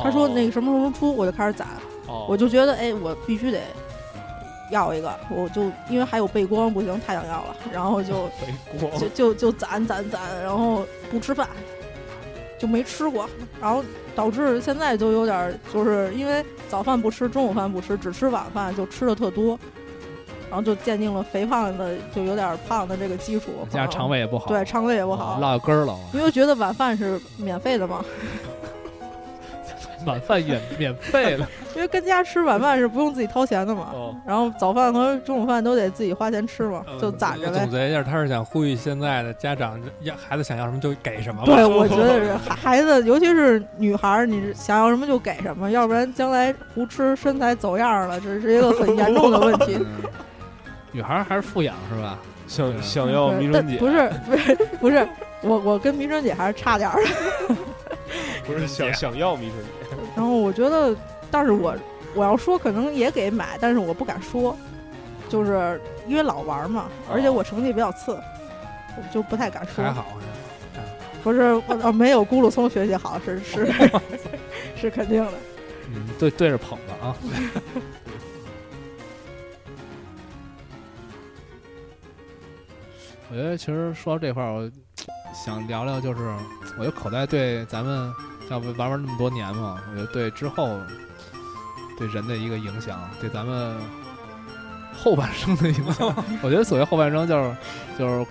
他说那个什么时候出，我就开始攒，哦，我就觉得哎，我必须得要一个，我就因为还有背光不行，太想要了，然后就没光就就就攒攒攒，然后不吃饭，就没吃过，然后导致现在就有点儿就是因为早饭不吃，中午饭不吃，只吃晚饭，就吃的特多，然后就鉴定了肥胖的就有点儿胖的这个基础，加上肠胃也不好，哦对肠胃也不好，哦落根儿了。因为觉得晚饭是免费的嘛，晚饭免免费 了，因为跟家吃晚饭是不用自己掏钱的嘛。哦，嗯然后早饭和中午饭都得自己花钱吃嘛，就攒着呗总。结一下，他是想呼吁现在的家长，要孩子想要什么就给什么吧。 对，我觉得是孩孩子，尤其是女孩儿，你想要什么就给什么，要不然将来胡吃身材走样儿了，这是一个很严重的问题。嗯女孩儿还是富养是吧？想 对想要对迷但春姐，不是不是不是，我我跟迷春姐还是差点儿的。不是想想要迷春姐，然后我觉得，但是我我要说，可能也给买，但是我不敢说，就是因为老玩儿嘛，而且我成绩比较次，我就不太敢说哦还。好，不是，我呃没有咕噜松学习好，是是哦 是肯定的。嗯，对对着捧了 啊。我觉得其实说到这块儿，我想聊聊，就是我觉得口袋对咱们要不玩玩那么多年嘛，我觉得对之后对人的一个影响，对咱们后半生的影响。 我觉得所谓后半生就是就是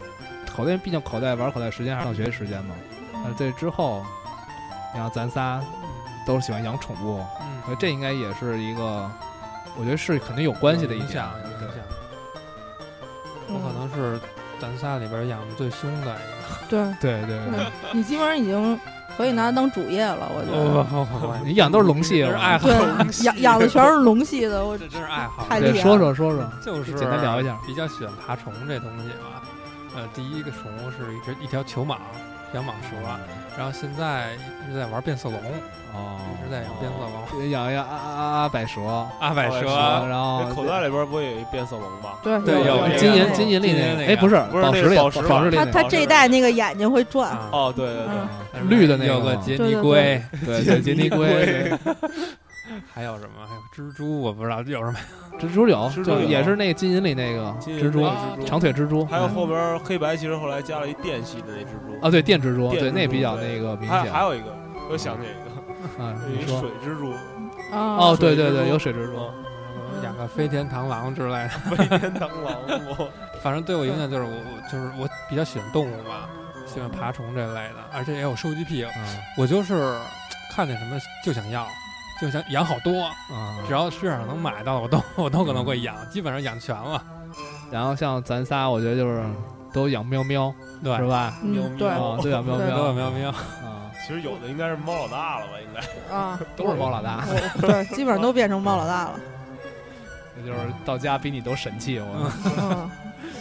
口袋，毕竟口袋玩口袋时间还是上学时间啊嘛。但是对之后，你看咱仨都是喜欢养宠物，嗯，呃，这应该也是一个，我觉得是肯定有关系的一影点啊响，有影响。我嗯可能是咱仨里边养的最凶的一个。对。对对 对，嗯你基本上已经可以拿它当主业了，我觉得。哦你养都是 龙啊系这是爱好，对，养养的全 是啊龙系的，我 这真是爱好。太对，厉害说说说说，就是简单聊一下，比较喜欢爬虫这东西嘛。呃，第一个宠物是一只一条球蟒，养蟒蛇，然后现在一直在玩变色龙，一直哦，在养变色龙，养一个啊啊啊百蛇，阿百蛇，啊然后那口袋里边不也有一变色龙吗？对对有有有金有银金银金粒银那那哎，个不是不是那宝石个里宝石宝石吧里它那它个这一代那个眼睛会转，啊，哦，对对对，嗯，绿的那有个个吗杰对尼对龟，对对金尼龟，还有什么？还有蜘蛛，我不知道有什么。蜘蛛柳蜘蛛就柳也是那个金银里那个金银蜘蛛那，个蜘蛛长腿蜘蛛，啊还有嗯后边黑白，其实后来加了一电系的那蜘蛛啊，对电蜘蛛，电对蜘那蛛比较对那个明还显还，有一个，我想起一个，嗯，有你一说水蜘蛛，哦，啊，对对水蜘对，蛛有水蜘蛛，嗯，养个飞天螳螂之类的，飞 天螳螂，我反正对我影响就是我我就是我比较喜欢动物嘛，喜欢爬虫这类的，而且也有收集癖，嗯我就是看见什么就想要，就想养好多，嗯只要市场上能买到的，我都我都可能会养，基本上养全了。然后像咱仨，我觉得就是都养喵喵，对，是吧？喵嗯，对喵啊，都养喵对都有喵，没有没有，啊，其实有的应该是猫老大了吧，应该 啊，都是猫老大，我， 对，基本上都变成猫老大了。那就是到家比你都神气。我嗯，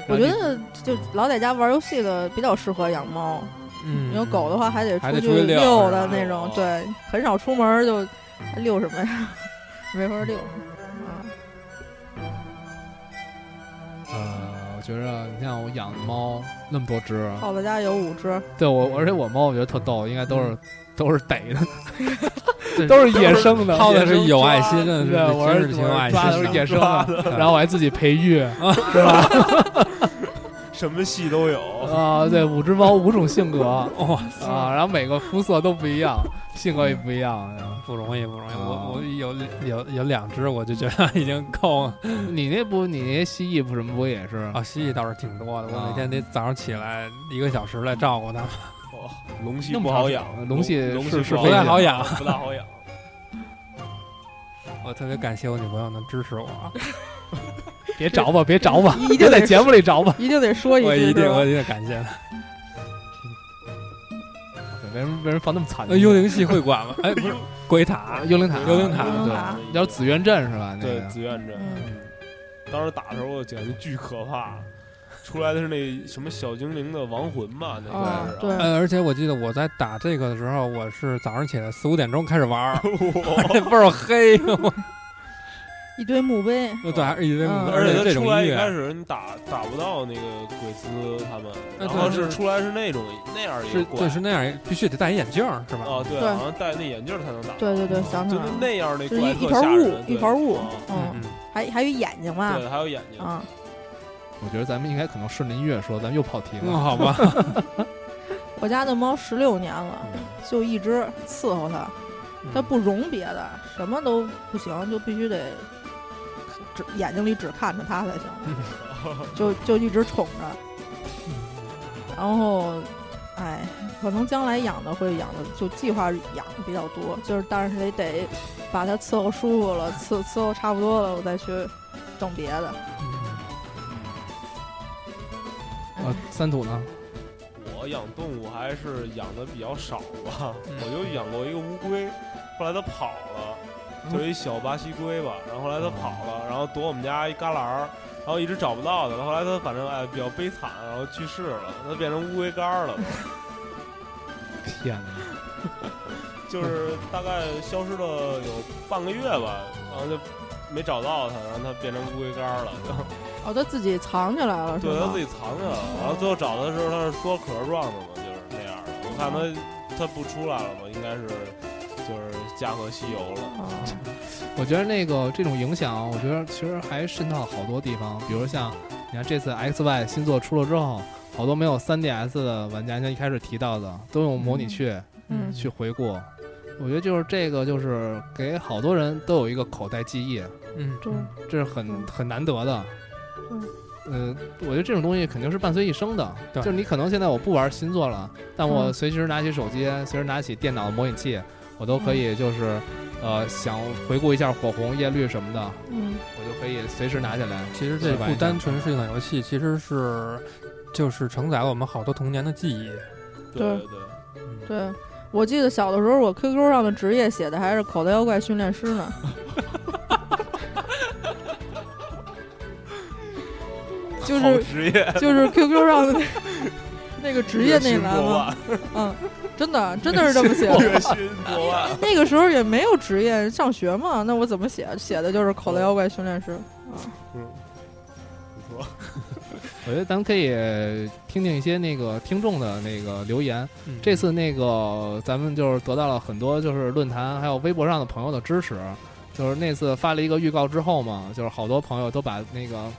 我觉得就老在家玩游戏的比较适合养猫，嗯你有狗的话还得还出得去出去遛遛是的吧那种哦，对，很少出门儿就还遛什么呀， 没法儿遛。啊，呃，我觉着你像我养猫那么多只，耗子家有五只，对我，而且我猫我觉得特逗，应该都是都是逮 的，对嗯都是野生 的，耗子是有爱心，真对，的是我真是是挺有爱我抓的都嗯是心野的。生的，然后我还自己培育，是吧？什么系都有，啊，对，五只猫五种性格啊，哇，然后每个肤色都不一样，性格也不一样。然后不容易，不容易。我哦我有有有两只，我就觉得 已经够了。你那不，你那蜥蜴不什么不也是啊，蜥蜴倒是挺多的，我啊每天得早上起来一个小时来照顾它们，哦龙系那么不长好时养，龙系龙是系是不不非太常好养。 不大 好养，我特别感谢我女朋友能支持我，啊别着吧，别着吧，一定别 在得节目里着吧。一定得说一我只，一对定吧我一定感谢她。为什么为什么放那么惨呢？那哎呃幽灵系会馆吗？哎，不是鬼塔啊，幽灵塔，幽灵塔啊幽灵塔对，叫紫苑镇是吧？那对个紫苑镇，嗯，当时打的时候我感觉巨可怕，出来的是那什么小精灵的亡魂嘛，那啊个， 是啊，对，呃，而且我记得我在打这个的时候， 我是早上起来四五点钟开始玩儿，倍儿黑。我一堆墓碑，呃对，还是一堆嗯而且这他种出来音一开乐，始你打打不到那个鬼斯他们，哎嗯然后对是是出来是那种那样一个是怪对，是那样，必须得戴一眼镜儿是吧？哦，对，对好像戴那眼镜儿才能打，嗯对对对，想起就来是了，那样那就是怪一一特团吓雾人，一对团雾啊，嗯，嗯，还还有眼睛吧，对，还有眼睛，啊，我觉得咱们应该可能顺着音乐说，咱们又跑题嗯，了。好吧，我家那猫十六年了，就一直伺候它，它不容别的，什么都不行，就必须得只眼睛里只看着它才行， 就就一直宠着。然后，哎，可能将来养的会养的，就计划养的比较多，就是但是得得把它伺候舒服了，伺伺候差不多了，我再去整别的。啊，三土呢？我养动物还是养的比较少啊吧，嗯 我就养过一个乌龟，后来它跑了，就一小巴西龟吧，然后后来它跑了，然后躲我们家一旮旯儿，然后一直找不到它，后来它反正哎比较悲惨，然后去世了，它变成乌龟干儿了，天哪！就是大概消失了有半个月吧，然后就没找到它，然后它变成乌龟干儿了，哦，它自己藏起来了是对，它吗 自？己藏起来了，然后最后找它的时候它是缩壳状的嘛，就是那样的，我看它它不出来了嘛，应该是就是驾鹤西游了。哦我觉得那个这种影响，我觉得其实还渗透好多地方，比如像你看这次 X Y 新作出了之后，好多没有 3DS 的玩家，像一开始提到的，都用模拟器嗯去回顾。我觉得就是这个，就是给好多人都有一个口袋记忆，嗯，对，这是很嗯很难得的。嗯呃，我觉得这种东西肯定是伴随一生的。对就是你可能现在我不玩新作了，但我嗯随时拿起手机，随时拿起电脑的模拟器，我都嗯可以就是，呃，想回顾一下火红、叶绿什么的，嗯。我就可以随时拿起来。其实这不单纯是一款游戏，其实是就是承载了我们好多童年的记忆。对对对，对，我记得小的时候，我 QQ 上的职业写的还是口袋妖怪训练师呢。 就好是职业，就是 QQ 上的那那个职业那栏嘛，嘛，嗯，真的真的是这么 写的。月薪过 万，那个时候也没有职业，上学嘛，那我怎么写？写的就是口袋妖怪训练师。不错，我觉得咱们可以听听一些那个听众的那个留言。嗯这次那个咱们就是得到了很多就是论坛还有微博上的朋友的支持，就是那次发了一个预告之后嘛，就是好多朋友都把那个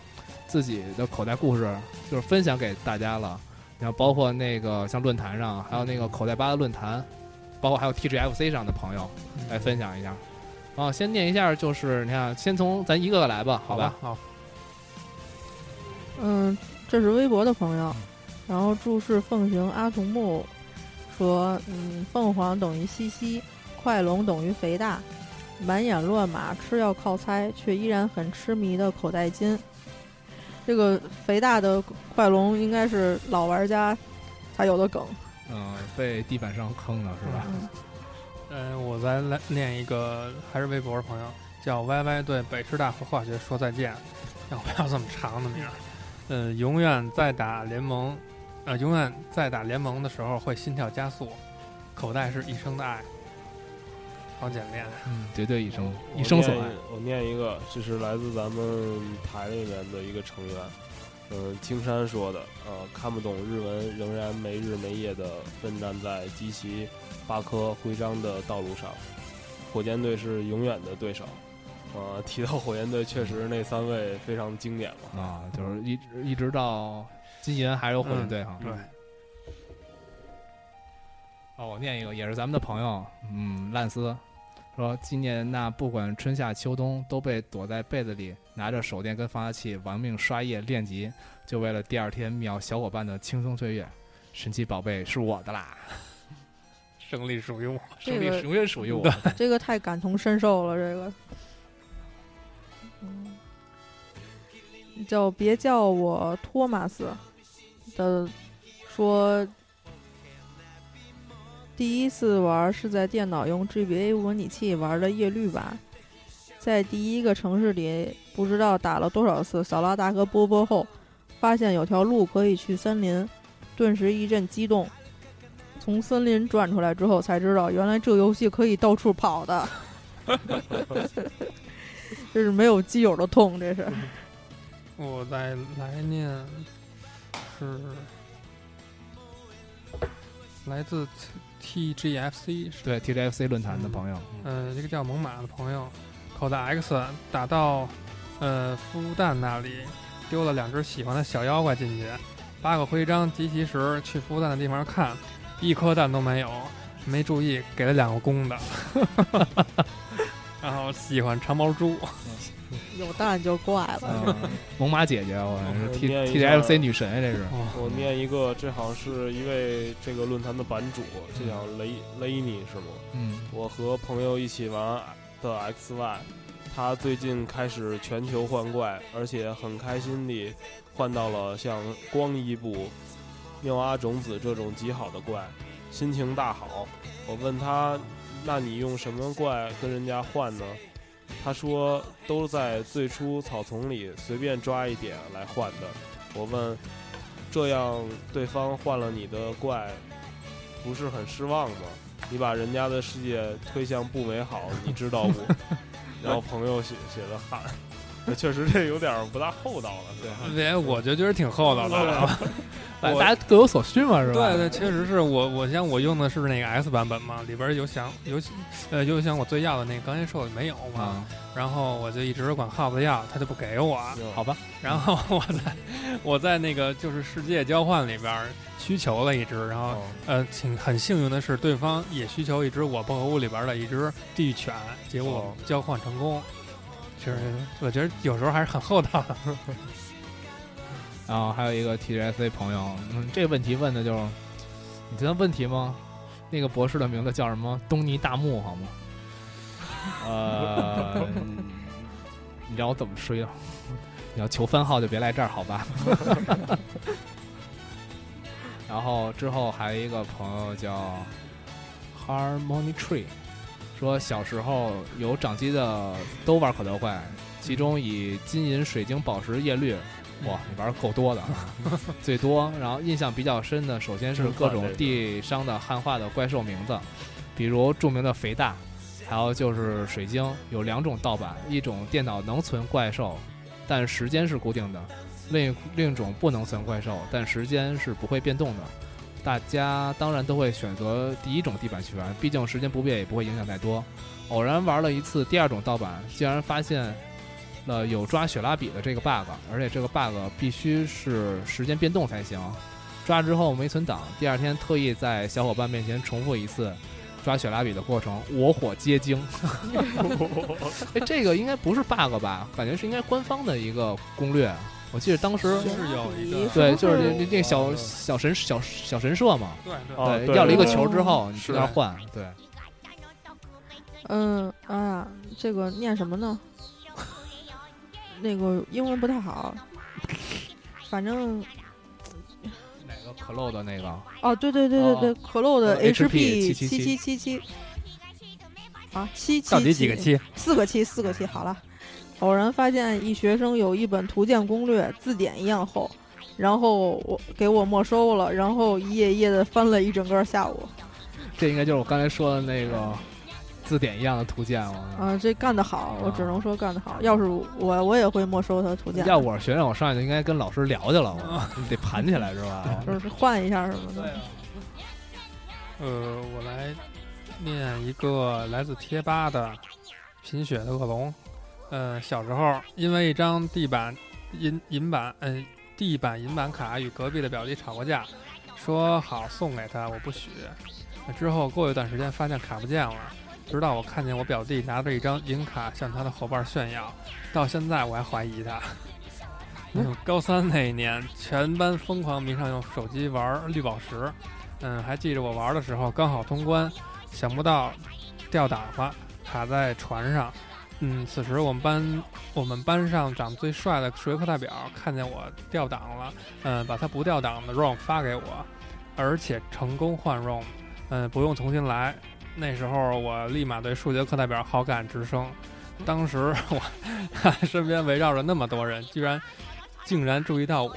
自己的口袋故事就是分享给大家了，然后包括那个像论坛上，还有那个口袋吧的论坛，包括还有 TGFC 上的朋友嗯来分享一下。然后先念一下，就是你看，先从咱一个个来吧，好好吧吧？，好，嗯，这是微博的朋友，然后注释奉行阿童木说，嗯，凤凰等于西西，快龙等于肥大，满眼乱马，吃药靠猜，却依然很痴迷的口袋金。这个肥大的快龙应该是老玩家才有的梗，嗯，被地板上坑了是吧？嗯，我再来念一个，还是微博的朋友，叫 YY 对北师大和化学说再见，要不要这么长的名 儿？嗯，永远在打联盟，呃，永远在打联盟的时候会心跳加速，口袋是一生的爱，好简练。嗯，绝对一生我一生所念爱。我念一个，这是来自咱们台里面的一个成员，嗯，青山说的，呃，看不懂日文，仍然没日没夜的奋战在集齐八颗徽章的道路上，火箭队是永远的对手。呃，提到火箭队，确实那三位非常经典嘛。啊，就是一直一直到金银还有火嗯箭队哈。对，哦，我念一个，也是咱们的朋友，嗯，烂丝说，纪念那不管春夏秋冬都被躲在被子里，拿着手电跟放大器玩命刷夜练级，就为了第二天秒小伙伴的轻松岁月。神奇宝贝是我的啦，胜利属于我。这胜利个嗯永远属于我。这个太感同身受了，这个。嗯，叫别叫我托马斯的说，第一次玩是在电脑用 GBA 模拟器玩的夜绿吧，在第一个城市里不知道打了多少次小拉达和波波后，发现有条路可以去森林，顿时一阵激动。从森林转出来之后才知道，原来这游戏可以到处跑的。这是没有基友的痛，这是我再来念是来自 T G F C 是 对 TGFC 论坛的 朋友，呃，这个叫猛犸的朋友，口袋 X 打到呃孵蛋那里，丢了两只喜欢的小妖怪进去，八个徽章集齐时去孵蛋的地方看，一颗蛋都没有，没注意给了两个公的， 然后喜欢长毛猪，有蛋就怪了。嗯猛犸姐姐，我我是 T 念一下 TGFC 女神呀，这是哦，我念一个，这好像是一位这个论坛的版主，这叫雷雷尼是吗？嗯我和朋友一起玩的 XY，他最近开始全球换怪，而且很开心地换到了像光一部、妙阿种子这种极好的怪，心情大好。我问他：“那你用什么怪跟人家换呢？”他说：“都在最初草丛里随便抓一点来换的。”我问：“这样对方换了你的怪，不是很失望吗？”你把人家的世界推向不美好，你知道不？然后朋友写写的汗， 确实这有点儿不大厚道了，对。对，哎我就觉得挺嗯厚道的。啊反正我大家各有所需嘛，是吧？对对，确实是我，我像我用的是那个 S 版本嘛，里边有想有，呃，有想我最要的那个钢琴兽没有嘛，啊，然后我就一直管耗子要，他就不给我，好吧，然后我在我在那个就是世界交换里边需求了一只，然后、呃，挺很幸运的是对方也需求一只我薄荷屋里边的一只地狱犬，结果哦交换成功，就是我觉得有时候还是很厚道的，然后还有一个 TGFC 朋友，嗯，这个问题问的就是，你觉得问题吗？那个博士的名字叫什么？东尼大木好吗？ 呃，你让我怎么吹啊？ 你要求番号就别来这儿，好 吧？然后之后还有一个朋友叫 Harmony Tree，说小时候有掌机的都玩口袋怪，其中以金银水晶宝石叶绿，哇，你玩儿够多的啊，最多。然后印象比较深的，首先是各种地商的汉化的怪兽名字，比如著名的肥大，还有就是水晶，有两种盗版，一种电脑能存怪兽，但时间是固定的；另一另一种不能存怪兽，但时间是不会变动的。大家当然都会选择第一种地板去玩，毕竟时间不变也不会影响太多。偶然玩了一次第二种盗版，竟然发现了有抓雪拉比的这个 bug，而且这个 bug 必须是时间变动才行。抓之后没存档，第二天特意在小伙伴面前重复一次抓雪拉比的过程，我火皆惊。哎，这个应该不是 bug 吧？感觉是应该官方的一个攻略。我记得当时是有一个对，不就是是那那那小小神小小神社嘛，对对哦对，对要了一个对球之对后，你去是那儿换，对，嗯，哎呀，这个念什么呢？ 那个英文不太好，反正哪个可漏的那个，哦，对对对对对，可露的哦 HP 7777七七七啊，七七到底几个？七？四个七，四个七，好了。偶然发现一学生有一本图鉴攻略，字典一样厚，然后我给我没收了，然后一页一页的翻了一整个下午。这应该就是我刚才说的那个字典一样的图鉴了。嗯啊，这干得好，我只能说干得好。要是我，我也会没收他的图鉴，要我是学生，我上去就应该跟老师聊去了，我得盘起来是吧？就是换一下什么的。呃，我来念一个来自贴吧的贫血的恶龙。呃，小时候因为一张地板银银版，嗯、地板银版卡与隔壁的表弟吵过架，说好送给他，我不许。呃之后过一段时间发现卡不见了，直到我看见我表弟拿着一张银卡向他的伙伴炫耀，到现在我还怀疑他。 嗯，高三那一年，全班疯狂迷上用手机玩绿宝石，嗯，还记着我玩的时候刚好通关，想不到掉打发，卡在船上。嗯，此时我们班我们班上长最帅的数学课代表看见我掉档了，嗯，把他不掉档的 ROM 发给我，而且成功换 ROM，嗯，不用重新来。那时候我立马对数学课代表好感直升，当时我 身边围绕着那么多人，居然竟然注意到我，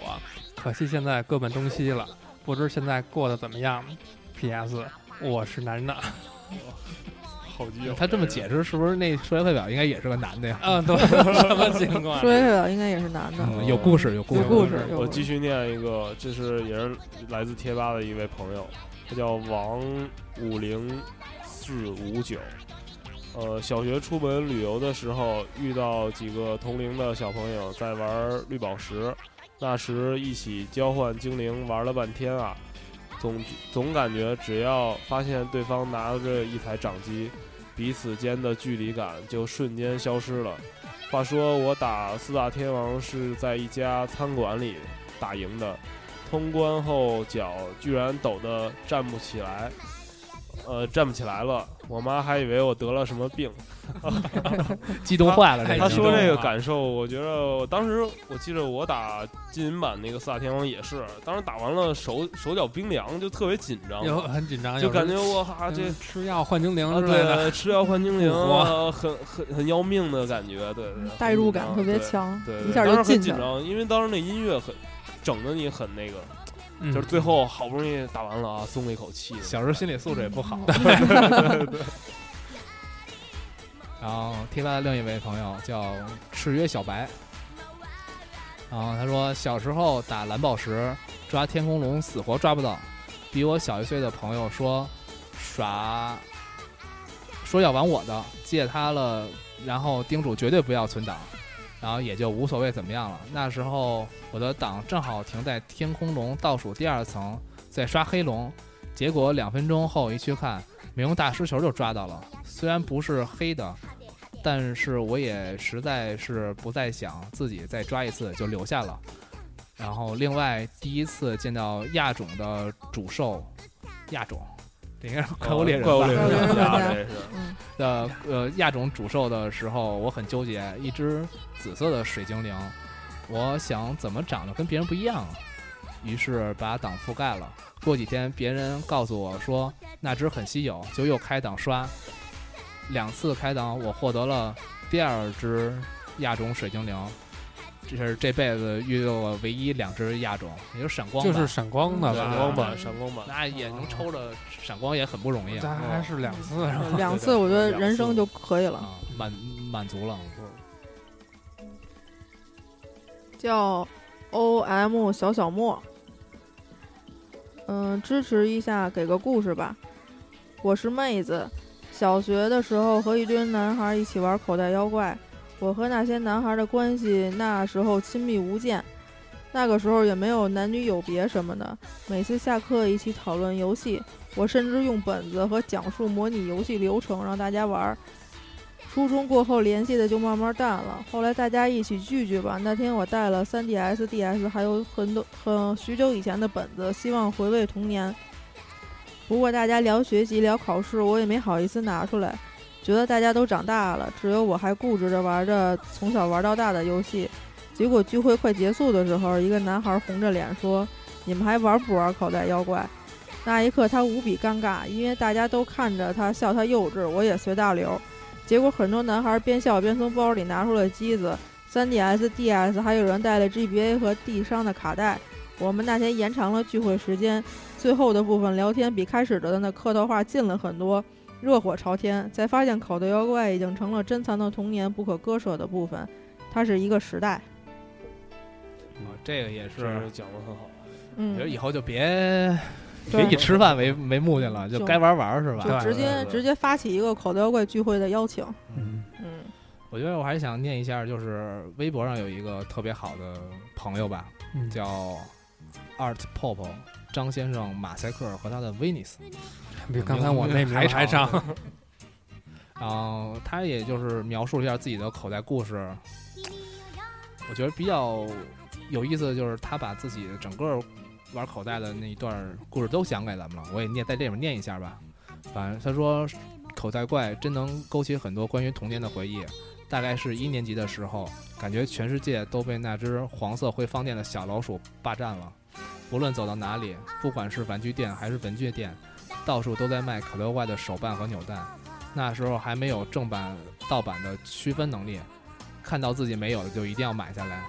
可惜现在各奔东西了。不知现在过得怎么样？P.S. 我是男的， 好基友。 他这么解释，是不是那数学课表应该也是个男的呀？啊，对，什么情况数？学课表应该也是男的。嗯有故事，有故事，有故事有我继续念一个，这是也是来自贴吧的一位朋友，他叫王五零四五九。呃，小学出门旅游的时候，遇到几个同龄的小朋友在玩绿宝石，那时一起交换精灵玩了半天啊，总总感觉只要发现对方拿着一台掌机，彼此间的距离感就瞬间消失了。话说我打四大天王是在一家餐馆里打赢的，通关后脚居然抖得站不起来，呃，站不起来了。我妈还以为我得了什么病。激动坏了。他已她经说这个感受，我觉得我当时我记得我打金银版那个四大天王也是，当时打完了手手脚冰凉，就特别紧张， 有很紧张，就感觉有时我哈候这嗯吃药换精灵啊，之类的，对，吃药换精灵复活啊，很很很要命的感觉，对，对很代入紧感张特别对强，对，一对当下就时很进去紧了。张，因为当时那音乐很整的你很那个，嗯就是最后好不容易打完了啊，松了一口气。小时候心理素质也不好。嗯然后贴吧的另一位朋友叫赤约小白，然后他说小时候打蓝宝石抓天空龙死活抓不到，比我小一岁的朋友说耍说要玩我的，借他了，然后叮嘱绝对不要存档，然后也就无所谓怎么样了。那时候我的档正好停在天空龙倒数第二层，在刷黑龙，结果两分钟后一去看，美容大师球就抓到了。虽然不是黑的，但是我也实在是不再想自己再抓一次，就留下了。然后另外第一次见到亚种的主兽，亚种，这应该是怪物猎人吧？哦怪物猎怪物猎人玩家家这是。嗯，的呃亚种主兽的时候，我很纠结，一只紫色的水精灵，我想怎么长得跟别人不一样啊，于是把档覆盖了。过几天别人告诉我说那只很稀有，就又开档刷，两次开档我获得了第二只亚种水精灵，这是这辈子遇到过唯一两只亚种，也就是闪光吧，就是闪光的闪吧，光版，闪光版，那也能抽着闪光也很不容易啊咱还是两次是吧？两次我觉得人生就可以了。啊，满满足了。叫 O M 小小莫，嗯，支持一下，给个故事吧。我是妹子，小学的时候和一堆男孩一起玩口袋妖怪，我和那些男孩的关系那时候亲密无间，那个时候也没有男女有别什么的，每次下课一起讨论游戏，我甚至用本子和讲述模拟游戏流程让大家玩儿。初中过后联系的就慢慢淡了，后来大家一起聚聚吧。那天我带了 3DS、DS，还有很多很许久以前的本子，希望回味童年。不过大家聊学习、聊考试，我也没好意思拿出来，觉得大家都长大了，只有我还固执着玩着从小玩到大的游戏。结果聚会快结束的时候，一个男孩红着脸说：“你们还玩不玩口袋妖怪？”那一刻他无比尴尬，因为大家都看着他笑他幼稚，我也随大流。结果很多男孩边笑边从包里拿出了机子、3DS、DS，还有人带了 GBA 和 D 商的卡带。我们那天延长了聚会时间，最后的部分聊天比开始的那客套话近了很多，热火朝天。才发现口袋妖怪已经成了珍藏的童年不可割舍的部分，它是一个时代。啊，这个也这是是讲的很好。我觉得嗯，以后就别对别以吃饭为为目的了，就就该玩玩是吧？就对直对接对直接发起一个口袋妖怪聚会的邀请。嗯嗯，我觉得我还是想念一下，就是微博上有一个特别好的朋友吧，嗯叫 Art Pop 张先生马赛克和他的威尼斯，比刚才我那名还儿还长长，然后他也就是描述了一下自己的口袋故事。我觉得比较有意思的就是他把自己整个玩口袋的那一段故事都讲给咱们了，我也念在这里面念一下吧。反正他说，口袋怪真能勾起很多关于童年的回忆。大概是一年级的时候，感觉全世界都被那只黄色会放电的小老鼠霸占了。无论走到哪里，不管是玩具店还是文具店，到处都在卖口袋怪的手办和扭蛋。那时候还没有正版、盗版的区分能力，看到自己没有的就一定要买下来。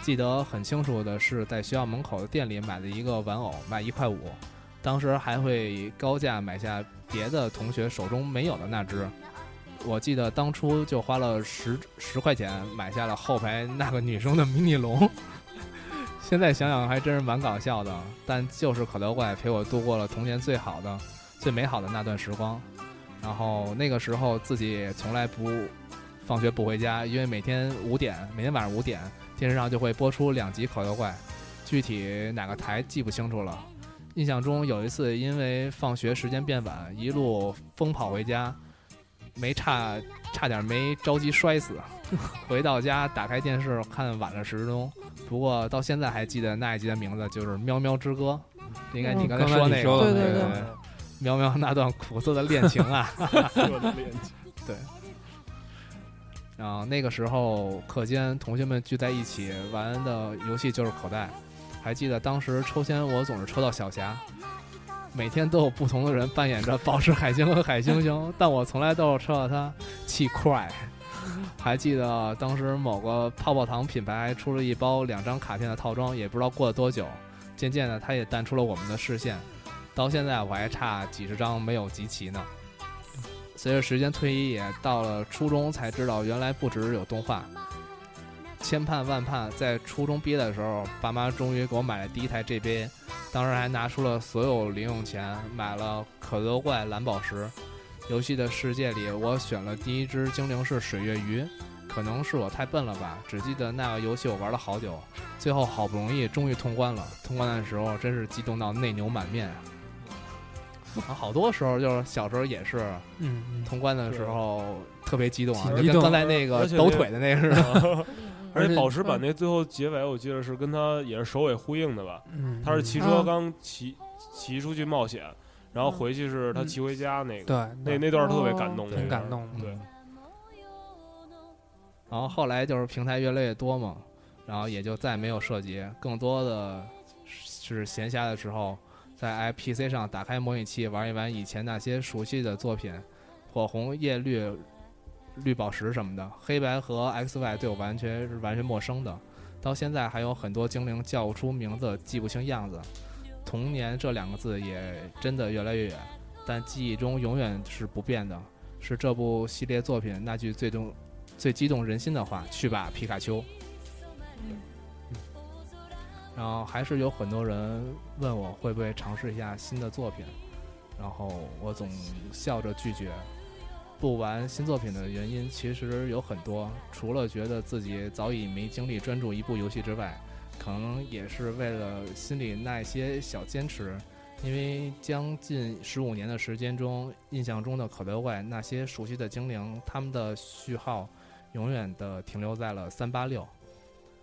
记得很清楚的是，在学校门口的店里买了一个玩偶，卖一块五。当时还会以高价买下别的同学手中没有的那只。我记得当初就花了十十块钱买下了后排那个女生的迷你龙。 现在想想还真是蛮搞笑的，但就是口袋妖怪陪我度过了童年最好的、最美好的那段时光。然后那个时候自己也从来不放学不回家，因为每天五点，每天晚上五点，电视上就会播出两集口袋妖怪，具体哪个台记不清楚了。印象中有一次因为放学时间变晚，一路疯跑回家，没差差点没着急摔死。 回到家打开电视看晚了十分钟，不过到现在还记得那一集的名字就是《喵喵之歌》，应该你刚才刚才说你那说个，的对 那个对，喵喵那段苦涩的恋情啊。 我的脸然后那个时候课间同学们聚在一起玩的游戏就是口袋，还记得当时抽签我总是抽到小霞，每天都有不同的人扮演着宝石海星和海星星，但我从来都是抽到 她，气快。还记得当时某个泡泡糖品牌出了一包两张卡片的套装，也不知道过了多久，渐渐的它也淡出了我们的视线，到现在我还差几十张没有集齐呢。随着时间推移，也到了初中才知道，原来不只是有动画。千盼万盼，在初中毕业的时候，爸妈终于给我买了第一台 GB，当时还拿出了所有零用钱买了可乐怪蓝宝石。游戏的世界里，我选了第一只精灵是水月鱼，可能是我太笨了吧，只记得那个游戏我玩了好久，最后好不容易终于通关了。通关的时候真是激动到内牛满面啊！啊好多时候就是小时候也是，嗯，嗯通关的时候特别激动啊，挺就激跟动刚才那个而且抖那腿的那个似的。皮而且嗯宝石版那最后结尾，我记得是跟他也是首尾呼应的吧？嗯，他是骑啊车刚骑骑出去冒险，然后嗯回去是他骑回家那个，对那对那段儿特别哦感动，挺感。动的，对嗯，然后后来就是平台越来越多嘛，然后也就再没有涉及，更多的是闲暇的时候，在 IPC 上打开模拟器玩一玩以前那些熟悉的作品，火红、叶绿、绿宝石什么的，黑白和 XY 对我完全是完全陌生的。到现在还有很多精灵叫不出名字，记不清样子。童年这两个字也真的越来越远，但记忆中永远是不变的，是这部系列作品那句最终最激动人心的话：“去吧，皮卡丘。”然后还是有很多人问我会不会尝试一下新的作品，然后我总笑着拒绝。不玩新作品的原因其实有很多，除了觉得自己早已没精力专注一部游戏之外，可能也是为了心里那些小坚持。因为将近十五年的时间中，印象中的口袋妖怪那些熟悉的精灵，他们的序号永远的停留在了三八六。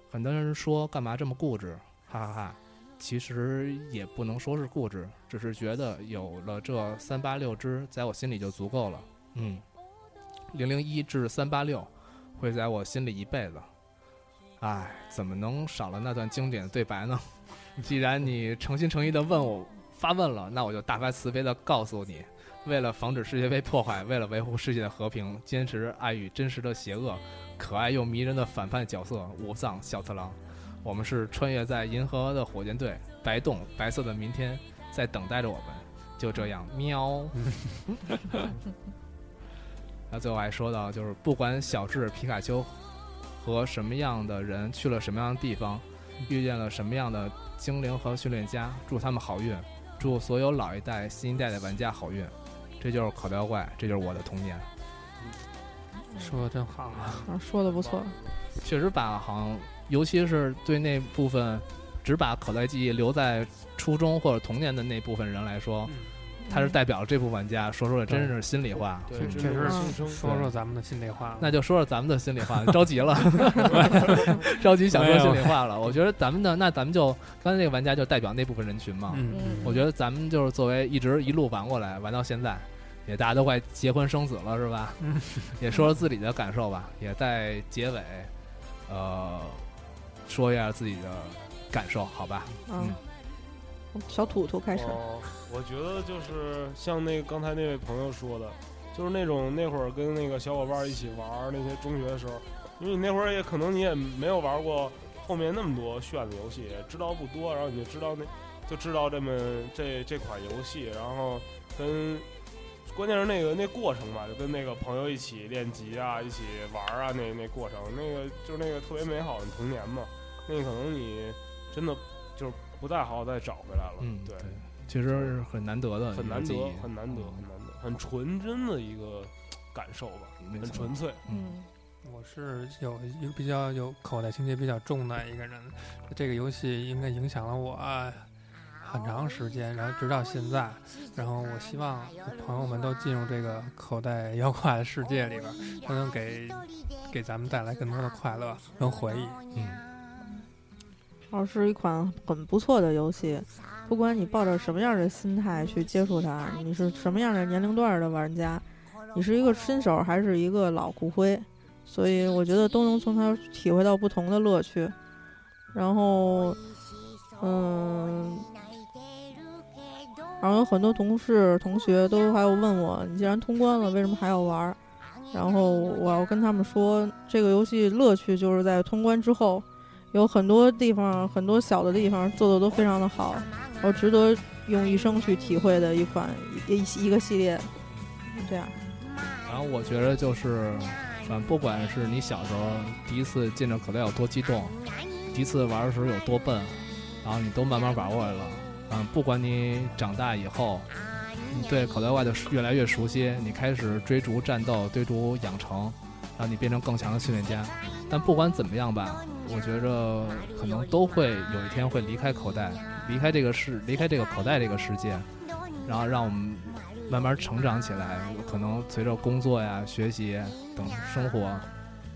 很多人说干嘛这么固执，哈哈哈。其实也不能说是固执，只是觉得有了这三八六只，在我心里就足够了。嗯，零零一至三八六会在我心里一辈子。唉，怎么能少了那段经典的对白呢？既然你诚心诚意的问我发问了，那我就大发慈悲的告诉你，为了防止世界被破坏，为了维护世界的和平，坚持爱与真实的邪恶，可爱又迷人的反派角色无藏小次郎，我们是穿越在银河的火箭队，白洞白色的明天在等待着我们，就这样喵。那最后还说到，就是不管小智、皮卡丘和什么样的人去了什么样的地方，遇见了什么样的精灵和训练家，祝他们好运，祝所有老一代、新一代的玩家好运。这就是口袋妖怪，这就是我的童年。说的真好啊，啊，说的不错，确实把好像，尤其是对那部分只把口袋记忆留在初中或者童年的那部分人来嗯说，他是代表了这部分玩家，说出了真是心里话。对，确确真是实嗯 心声说说咱们的心里话了，那就说说咱们的心里话，着急了，着急想说心里话了。我觉得咱们的那咱们就刚才那个玩家就代表那部分人群嘛。嗯嗯我觉得咱们就是作为一直一路玩过来，玩到现在，也大家都快结婚生子了，是吧？嗯也说说自己的感受吧，也在结尾，呃，说一下自己的感受，好吧？啊，小土土开始，哦，我觉得就是像那刚才那位朋友说的，就是那种那会儿跟那个小伙伴一起玩儿那些中学的时候，因为你那会儿也可能你也没有玩过后面那么多炫的游戏，也知道不多，然后你就知道那就知道这么这这款游戏，然后跟关键是那个那过程吧，就跟那个朋友一起练级啊，一起玩儿啊，那那过程，那个就是那个特别美好的童年嘛，那可能你真的就是不太好再找回来了，嗯，对，，其实是很难得的，很难一个记得忆，嗯很难得，很难得，很纯真的一个感受吧，没很错纯粹，嗯，我是有一个比较有口袋情节比较重的一个人，这个游戏应该影响了我啊很长时间，然后直到现在。然后我希望朋友们都进入这个口袋妖怪的世界里边，都能给给咱们带来更多的快乐跟回忆。嗯二是一款很不错的游戏，不管你抱着什么样的心态去接触它，你是什么样的年龄段的玩家，你是一个新手还是一个老骨灰，所以我觉得都能从它体会到不同的乐趣。然后，嗯，然后有很多同事、同学都还有问我，你既然通关了，为什么还要玩儿？然后我要跟他们说，这个游戏乐趣就是在通关之后，有很多地方，很多小的地方做的都非常的好，我值得用一生去体会的一款一一一个系列，这样，然后我觉得就是，反正不管是你小时候第一次见着口袋有多激动，第一次玩的时候有多笨，然后你都慢慢玩过来了。嗯，不管你长大以后，你对口袋外就越来越熟悉，你开始追逐战斗、追逐养成，然后你变成更强的训练家。但不管怎么样吧，我觉着可能都会有一天会离开口袋，离开这个世，离开这个口袋这个世界，然后让我们慢慢成长起来，可能随着工作呀、学习等生活，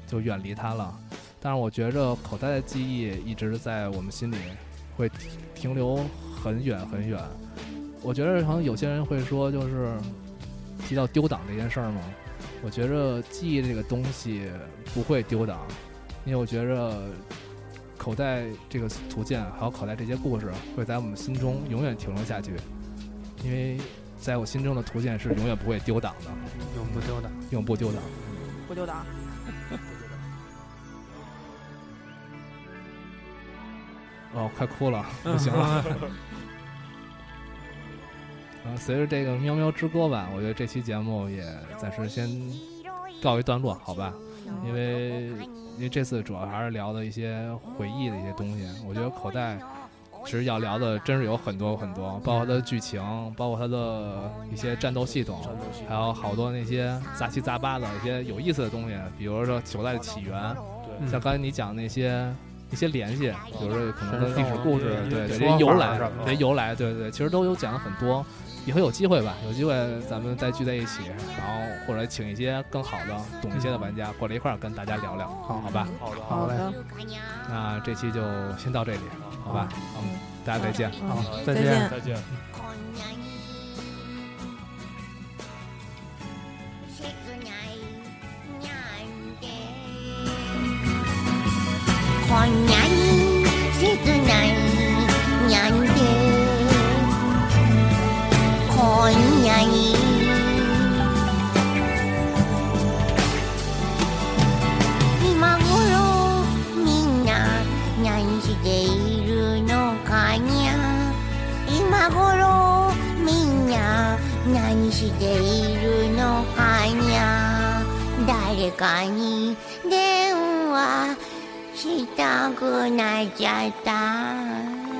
就远离它了。但是我觉着口袋的记忆一直在我们心里会停留很远很远。我觉得可能有些人会说，就是提到丢档这件事儿嘛，我觉着记忆这个东西不会丢档，因为我觉着口袋这个图鉴还有口袋这些故事会在我们心中永远停留下去，因为在我心中的图鉴是永远不会丢档的，永不丢的。永不丢档。不就打。哦，快哭了，不行了。啊，随着这个《喵喵之歌》吧，我觉得这期节目也暂时先告一段落，好吧？因为因为这次主要还是聊的一些回忆的一些东西。我觉得口袋其实要聊的真是有很多很多，包括它的剧情，包括它的一些战斗系统，还有好多那些杂七杂八的一些有意思的东西，比如说口袋的起源，对，嗯像刚才你讲那些一些联系，比如说可能跟历史故事，嗯对对这些说由法来什么，的这些由来，对对，其实都有讲了很多。以后有机会吧，有机会咱们再聚在一起，然后或者请一些更好的、懂一些的玩家过来一块儿跟大家聊聊，好好吧？好的，好嘞的，那这期就先到这里，好吧？嗯，大家再见。嗯好， 再再见见。再见。切ないなんてこんなに切ないなんて今夜に今頃みんな何しているのかにゃ今頃みんな何しているのかにゃ誰かに電話したくなっちゃった